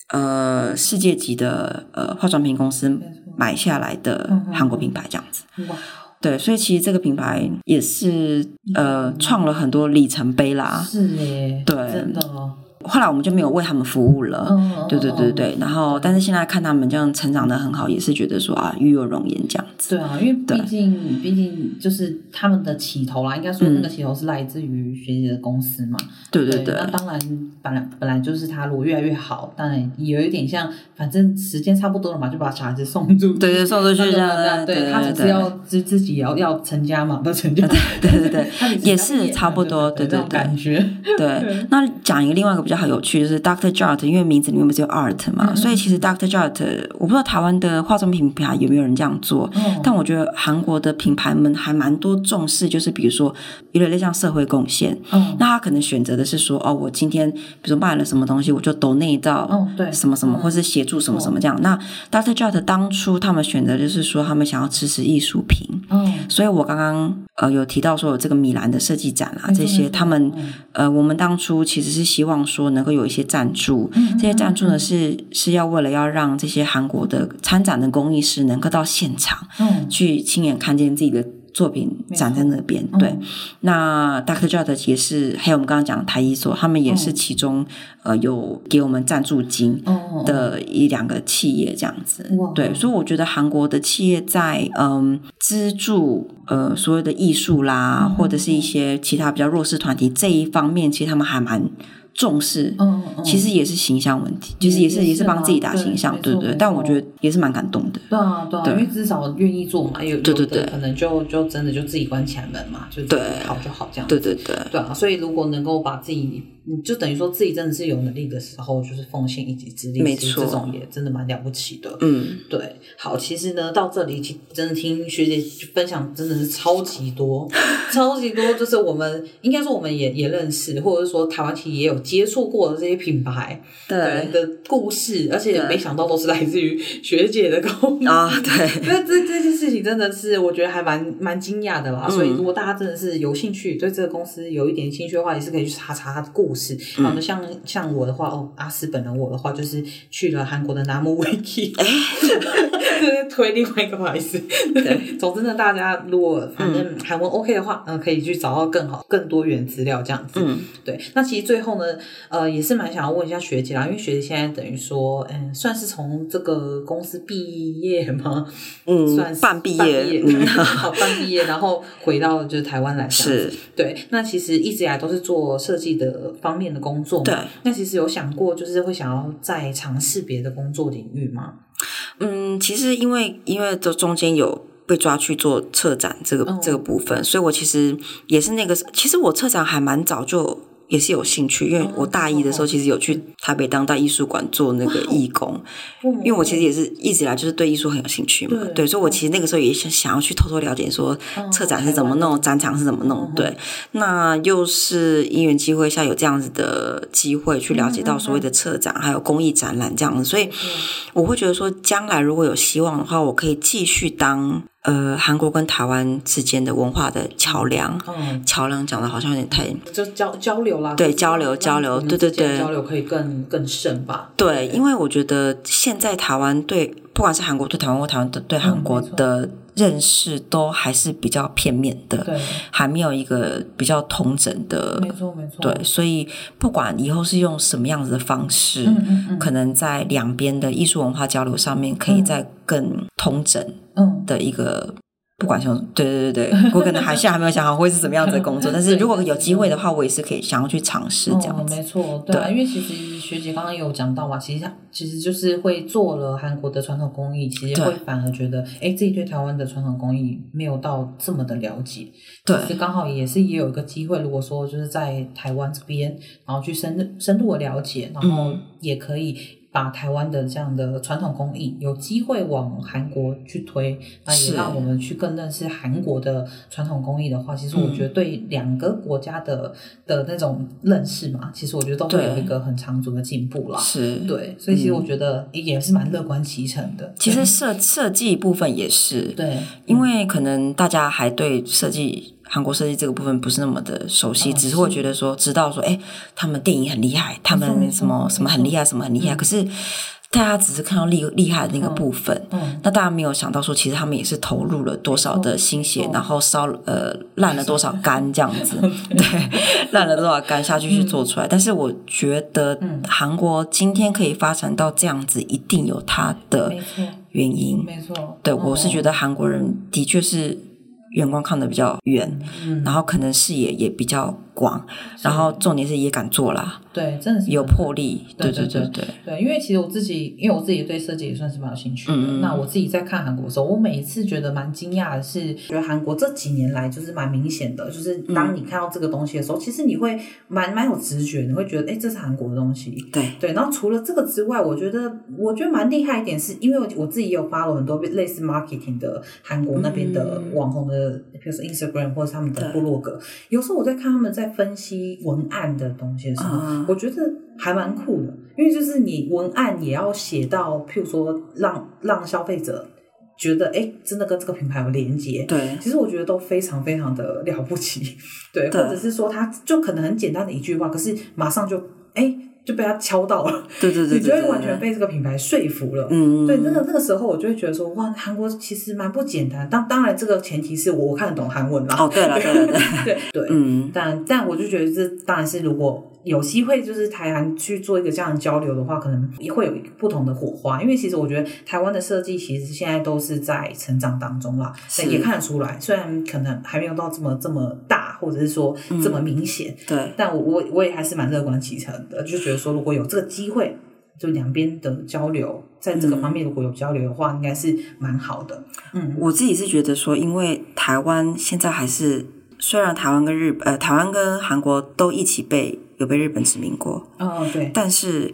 呃世界级的呃化妆品公司买下来的韩国品牌，这样子。哇，对，所以其实这个品牌也是呃创了很多里程碑啦。是耶，对真的哦。后来我们就没有为他们服务了。嗯对对对对，然后但是现在看他们这样成长的很好，也是觉得说啊，与有容颜这样子。对啊，因为对毕竟毕竟就是他们的起头啦，应该说嗯那个起头是来自于学姐的公司嘛。对对对那，当然本来本来就是他如果越来越好，当然也有一点像，反正时间差不多了嘛，就把小孩子送出去。对对送出去这样啊那对对他对只对是要自自己也要要成家嘛，到成家。对 对对他只也是要是毕业差不多对对对那种对感觉。对，那讲一个另外一个比较好有趣，就是 Doctor Jart，因为名字里面不是有 art 嗯嘛，所以其实 Doctor Jart，我不知道台湾的化妆品品牌有没有人这样做，嗯但我觉得韩国的品牌们还蛮多重视，就是比如说有点类似像社会贡献，嗯那他可能选择的是说，哦，我今天比如卖了什么东西，我就 donate 到嗯对什么什么，嗯或是协助什么什么这样。那 Doctor Jart 当初他们选择就是说，他们想要支持艺术品，嗯，所以我刚刚呃有提到说有这个米兰的设计展啊，没错这没些错他们嗯呃我们当初其实是希望说能够有一些赞助，嗯这些赞助呢是是要为了要让这些韩国的参展的工艺师能够到现场嗯去亲眼看见自己的。作品展在那边，嗯对，那 Dr. Jart 也是，还有我们刚刚讲的台一所，他们也是其中、呃有给我们赞助金嗯哦的一两个企业这样子，哇对，所以我觉得韩国的企业在嗯资助呃所有的艺术啦，嗯或者是一些其他比较弱势团体这一方面，其实他们还蛮重视。嗯嗯，其实也是形象问题，就是也是也也是是帮啦自己打对形象没，对错对没。但我觉错得也是蛮感动的，对啊，对啊，对因为至少愿意做嘛，有有对对的对可能就就真的就自己关起来门嘛，就对好就好这样子。对对对对啊，所以如果能够把自己，你就等于说自己真的是有能力的时候，就是奉献一己之力，没其实错这种也真的蛮了不起的。嗯，对，好，其实呢，到这里其真的听学姐分享真的是超级 多，超级多，就是我们应该说我们也也认识，或者是说台湾其实也有接触过的这些品牌，对的故事，而且对没想到都是来自于学姐的公司啊，对，那这这件事情真的是我觉得还蛮蛮惊讶的啦，所以如果大家真的是有兴趣，对这个公司有一点兴趣的话，也是可以去查查它的故事。然后呢像像我的话，哦，阿斯本人我的话就是去了韩国的 Namu Wiki，就是推另外一个牌子。对， 总之呢，大家如果反正韩文 OK 的话，嗯、可以去找到更好、更多元资料这样子。嗯，对，那其实最后呢，呃，也是蛮想要问一下学姐啦，因为学姐现在等于说，嗯，算是从这个公司毕业吗？嗯算是半毕业嗯 好，半毕业，然后回到就是台湾来这样子，是对。那其实一直以来都是做设计的方面的工作嘛，对。那其实有想过，就是会想要再尝试别的工作领域吗？嗯，其实因为因为这中间有被抓去做策展这个、嗯这个部分，所以我其实也是那个，其实我策展还蛮早就。也是有兴趣，因嗯为我大一的时候其实有去台北当代艺术馆做那个哦义工，因为我其实也是一直以来就是对艺术很有兴趣嘛，对嗯对，所以我其实那个时候也想想要去偷偷了解说策展是怎么弄，展场是怎么嗯弄，对，那又是因缘机会下有这样子的机会去了嗯解到所谓的策展，还有公益展览这样子，所以我会觉得说，将来如果有希望的话，我可以继续当呃韩国跟台湾之间的文化的桥梁。嗯，桥梁讲的好像有点太就交交流啦，对就是交流让交流我们对对之间对交流可以更更深吧。对，因为我觉得现在台湾对不管是韩国对台湾或台湾对对韩国没错的认识都还是比较片面的，对，还没有一个比较统整的没。错没错，对，所以不管以后是用什么样子的方式，嗯嗯嗯，可能在两边的艺术文化交流上面，可以再更通整嗯的一个，不管是用对对对对，我可能还现在还没有想好会是怎么样子的工作，但是如果有机会的话，我也是可以想要去尝试这样嗯、子。没错，对啊，因为其实学姐刚刚也有讲到嘛，其实其实就是会做了韩国的传统工艺，其实对会反而觉得，哎，自己对台湾的传统工艺没有到这么的了解。对其实刚好也是也有一个机会，如果说就是在台湾这边，然后去深入深入的了解，嗯然后也可以。把台湾的这样的传统工艺有机会往韩国去推，那也是让我们去更认识韩国的传统工艺的话，其实我觉得对两个国家的、的那种认识嘛，其实我觉得都会对有一个很长足的进步啦。是，对，所以其实我觉得也是蛮乐观其成的。其实设设计部分也是，对，因为可能大家还对设计韩国设计这个部分不是那么的熟悉，嗯只是会觉得说知道说，哎，他们电影很厉害，他没错没们错什么什么很没错嗯厉害，什么很厉害。可是大家只是看到厉厉害的那个部分，嗯，那大家没有想到说，其实他们也是投入了多少的心血，然后烧了呃烂了多少肝这样子，对，烂了多少肝下去去做出来。但是我觉得嗯韩国今天可以发展到这样子，一定有它的没错，原因。没错。对，我是觉得，得韩国人的确是眼光看得比较远，嗯，然后可能视野也比较广，然后重点是也敢做啦，哦对，真的是有魄力。对嗯对对对对对，对，因为其实我自己，因为我自己对设计也算是蛮有兴趣的。嗯嗯那我自己在看韩国的时候，我每一次觉得蛮惊讶的是，觉得韩国这几年来就是蛮明显的，就是嗯当你看到这个东西的时候，其实你会蛮蛮有直觉，你会觉得哎，这是韩国的东西。对对，然后除了这个之外，我觉得我觉得蛮厉害一点是，因为我我自己也有 follow 很多类似 marketing 的韩国那边的嗯网红的，比如说 Instagram 或者是他们的对部落格，有时候我在看他们在分析文案的东西的时候，嗯啊我觉得还蛮酷的，因为就是你文案也要写到，譬如说让让消费者觉得哎、诶真的跟这个品牌有连接。对其实我觉得都非常非常的了不起， 对，对或者是说他就可能很简单的一句话，可是马上就哎、就被他敲到了，对对对对，你就会对完全，被这个品牌说服了。嗯，对，那个那个时候我就会觉得说，哇，韩国其实蛮不简单。当当然，这个前提是我我看得懂韩文啦。哦，对了对了对了，对对，嗯，但但我就觉得这当然是如果有机会，就是台韩去做一个这样的交流的话，可能也会有不同的火花。因为其实我觉得台湾的设计其实现在都是在成长当中啦，是也看得出来，虽然可能还没有到这么这么大，或者是说这嗯么明显，对但我我我也还是蛮乐观其成的，就觉得说如果有这个机会，就两边的交流，在这个嗯方面如果有交流的话，应该是蛮好的。嗯，我自己是觉得说，因为台湾现在还是，虽然台湾跟日呃台湾跟韩国都一起被有被日本殖民过，哦对，但是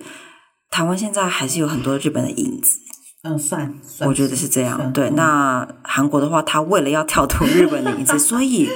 台湾现在还是有很多日本的影子，嗯，算，算我觉得是这样。算对，嗯那韩国的话，他为了要跳脱日本的影 子，所以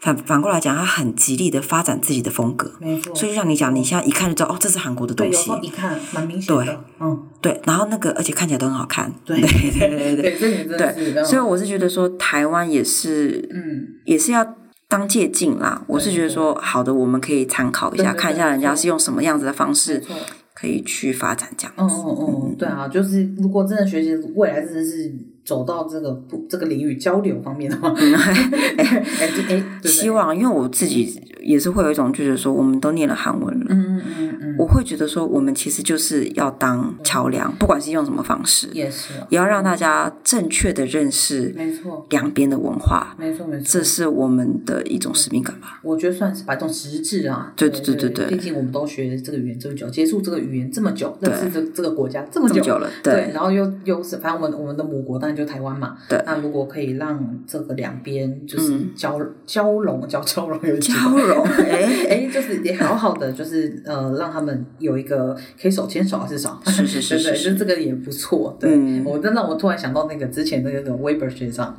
反反过来讲，他很极力的发展自己的风格。没错，所以就像你讲，你现在一看就知道，哦，这是韩国的对，东有西时，候一看蛮明显对的，嗯，对。然后那个，而且看起来都很好看， 对 对对对对这点真对。对，所以我是觉得说，台湾也是嗯，也是要当借鉴啦。我是觉得说，好的，我们可以参考一下，对对对看一下人家是用什么样子的方没式错，可以去发展这样嗯子。嗯嗯，对啊，就是如果真的学习，未来真的是走到这个不这个领域交流方面的话， 哎哎就哎，对不对嗯希，望，因为我自己也是会有一种，就是说，我们都念了韩文了，嗯嗯嗯我嗯，会觉得说，我们其实就是要当桥梁，不管是用什么方式，也是啊，也要让大家正确的认识没错，两边的文化，没错没错，这是我们的一种使命感吧。我觉得算是把一种实质啊，对对对对对毕竟我们都学这个语言这么久，接触这个语言这么久，对认识这这个国家这么这么久了，对然后又又是反正我们我们的母国当然就台湾嘛，对那如果可以让这个两边就是嗯交、交融，交交融有一句交融哎哎，就是也好好的，就是呃，让他们有一个可以手牵手啊，至少 是是是对是对，是就这个也不错。对，嗯我真让我突然想到那个之前的那个 Weber 学长，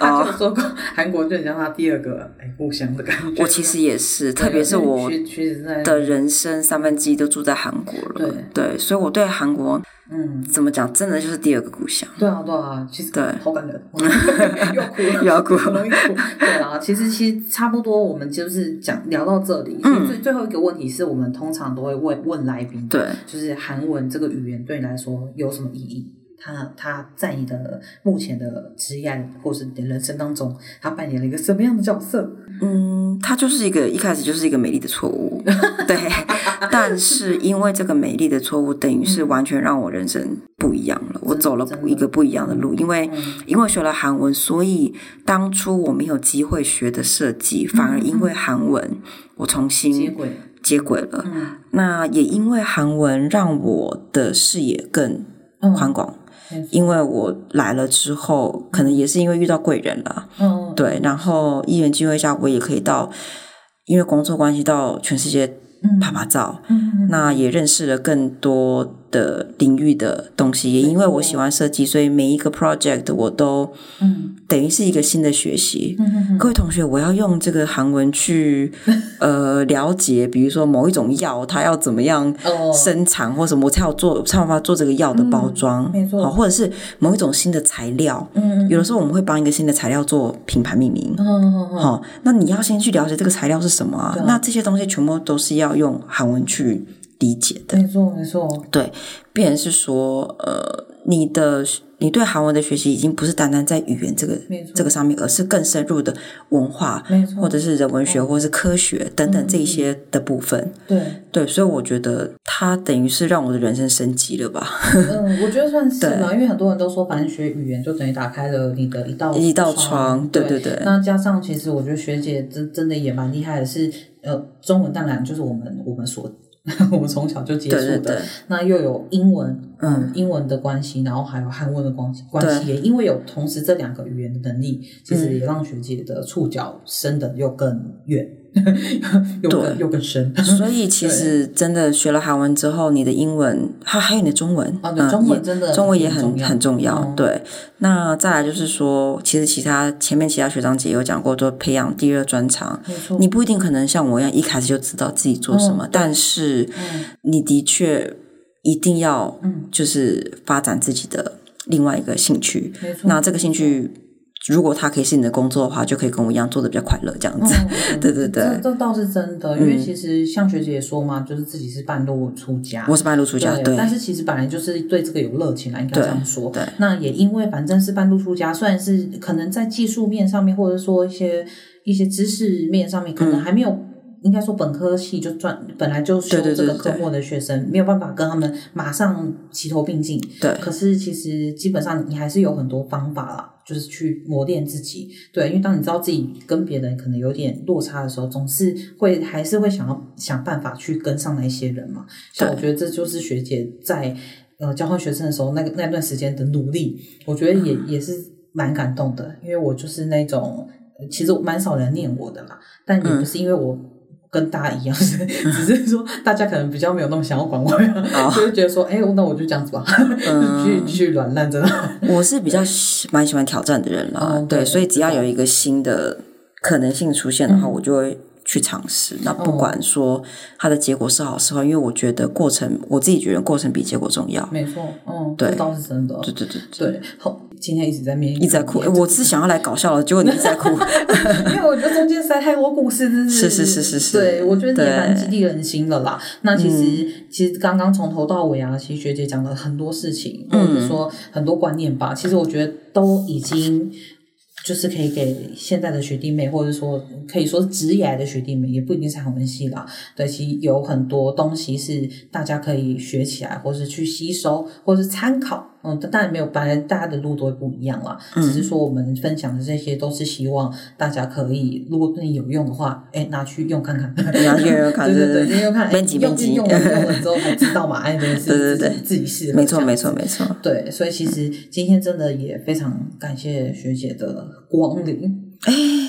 哦 他就说过韩国就很像他第二个哎故乡的感觉。我其实也是，特别是我对确确实在的人生三分之一都住在韩国了，对，所以我对韩国嗯，怎么讲，真的就是第二个故乡。对啊对啊，其实对好感人，又哭了，又要哭很容易哭。对啊，其实其实差不多，我们就是讲聊到这里。嗯最最后一个问题是我们通常都会问问来宾，对，就是韩文这个语言对你来说有什么意义？它它在你的目前的职业或是你的人生当中，它扮演了一个什么样的角色？嗯，它就是一个一开始就是一个美丽的错 误，对，但是因为这个美丽的错误，等于是完全让我人生不一样了，我走了不一个不一样的嗯路，因为因为学了韩文，所以当初我没有机会学的设计，反而因为韩文，我重接新轨，接轨了。嗯，那也因为韩文让我的视野更嗯宽广，没错因为我来了之后，可能也是因为遇到贵人了，嗯，对，然后一元机会下，我也可以到，因为工作关系到全世界嗯拍拍照，嗯，嗯那也认识了更多的领域的东西，也因为我喜欢设计，所以每一个 project 我都嗯等于是一个新的学习。嗯嗯嗯各位同学，我要用这个韩 文去呃了解，比如说某一种药，它要怎么样哦生产或什么，我才有做才有办法做这个药的包装，嗯没错好或者是某一种新的材料。嗯嗯有的时候我们会帮一个新的材料做品牌命名，哦嗯嗯好、那你要先去了解这个材料是什么啊对？那这些东西全部都是要用韩文去理解的。没错没错，变成是说，呃，你的你对韩文的学习已经不是单单在语言这个没错这个上面，而是更深入的文化没错或者是人文学，或者是科学等等嗯这一些的部分。对，对，所以我觉得它等于是让我的人生升级 了吧，嗯，我觉得算是对吧，因为很多人都说，反正学语言就等于打开了你的一道一道窗。对对对，那加上，其实我觉得学姐真真的也蛮厉害的是，呃，中文当然就是我们我们所 我们从小就接触的，对对对，那又有英文，嗯英文的关系，然后还有汉文的关系关系，也因为有同时这两个语言的能力，其嗯实也让学姐的触角伸的又更远， 又对更又更深。 所以其实真的学了韩文之后，你的英文还还有你的中文，啊，嗯对，中也文真的、中文也很很重要，嗯对。那再来就是说，其实其他前面其他学长姐有讲过，说培养第二专长，没错，你不一定可能像我一样一开始就知道自己做什么，嗯但是你的确一定要嗯，就是发展自己的另外一个兴趣。没错，那这个兴趣，如果它可以是你的工作的话，就可以跟我一样做的比较快乐，这样子。嗯对对对这这倒是真的，因为嗯其实像学姐也说嘛，就是自己是半路出家，啊我是半路出家，对但是其实本来就是对这个有热情啦，应该对这样说。对那也因为反正是半路出家，虽然是可能在技术面上面，或者说一些一些知识面上面，可能还没有。应该说，本科系就专本来就修嗯对对对这个对科目的学生，没有办法跟他们马上齐头并进。对可是其实基本上你还是有很多方法啦，就是去磨练自己。对，因为当你知道自己跟别人可能有点落差的时候，总是会还是会想要想办法去跟上那一些人嘛。像我觉得这就是学姐在呃交换学生的时候那个那段时间的努力，我觉得也、也是蛮感动的，因为我就是那种呃其实蛮少人念我的啦，但也不是因为我。跟大家一样， 是只是说大家可能比较没有那么想要管我，啊就会觉得说，哎、那我就这样子吧， 嗯去去软烂着。 我是比较喜蛮喜欢挑战的人啦，哦对，对所以只要知有一个新的可能性出现的话，嗯哦我就会去尝试。那不管说它的结果是好是坏，因为我觉得过程，我自己觉得过程比结果重要。没错，嗯，对这倒是真的。对对对对，对，好，今天一直在面一直在哭，诶我是想要来搞笑的，结果你一直在 哭。因为我觉得中间塞太多故事，真是是是是是对我觉得你也蛮对激励人心的啦。那其实、嗯其实刚刚从头到尾啊，其实学姐讲了很多事情，嗯或者说很多观念吧，其实我觉得都已经。就是可以给现在的学弟妹，或者说可以说是职业的学弟妹，也不一定是韩文系啦。对，其实有很多东西是大家可以学起来，或是去吸收，或是参考。嗯，但当然没有，反正大家的路都会不一样啦。只嗯是说我们分享的这些都是希望大家可以，如果对你有用的话，哎，拿去用看看。你要用用看，对 对啊对，用用看，哎编辑用编辑用 了用了之后才知道嘛，哎，对，对对是对自己自己试的，没错这样没错没错。对，所以其实今天真的也非常感谢学姐的光临。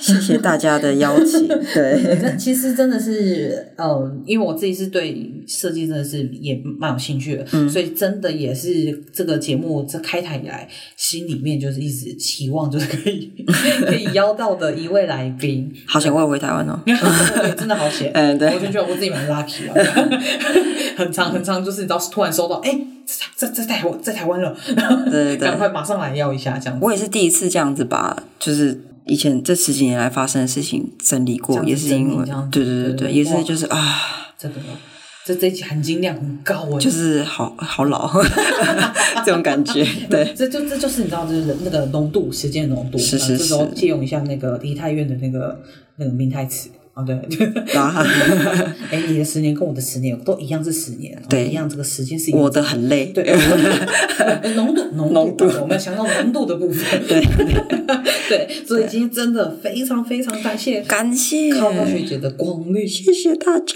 谢谢大家的邀 请，对，那其实真的是，呃，因为我自己是对设计真的是也蛮有兴趣的，嗯所以真的也是这个节目这开台以来，心里面就是一直期望就是可以 可以邀到的一位来宾， 好想我也回台湾哦。对真的好险，嗯对我就觉得我自己蛮 lucky 啊， 很长很长，就是你知道突然收到，哎、在在在台湾在台湾了，对 对对赶快马上来要一下这样子我。也是第一次这样子把，就是以前这十几年来发生的事情整理过，这样子也是因整为理这样子对对对对对，也哇是就是啊，这个哦这这一集含金量很高哎，就是好 好老这种感觉，对，这就这就是你知道，就是那个浓度，时间的浓度。是是呃这时候是借用一下那个梨泰院的那个那个明太词啊， 对。然后哎，你的十年跟我的十年都一样是十年，哦对一样这个时间是一样我的很累，对，呃 浓度浓度浓度我们想到浓度的部分。对 对，所以今天真的非常非常感谢感谢，靠高学姐的光临。谢谢 大家，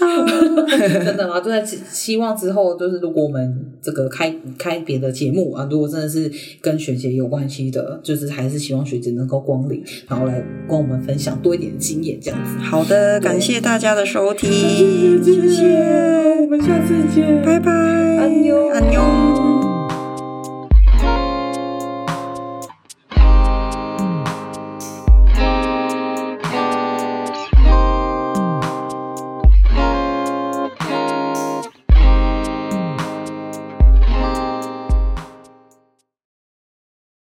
真的啦，真的希希望之后就是，如果我们这个开开别的节目啊，如果真的是跟学姐有关系的，就是还是希望学姐能够光临，然后来跟我们分享多一点经验这样子。好的，感谢大家的收听，谢谢谢谢，我们下次见，拜拜，安妞安妞。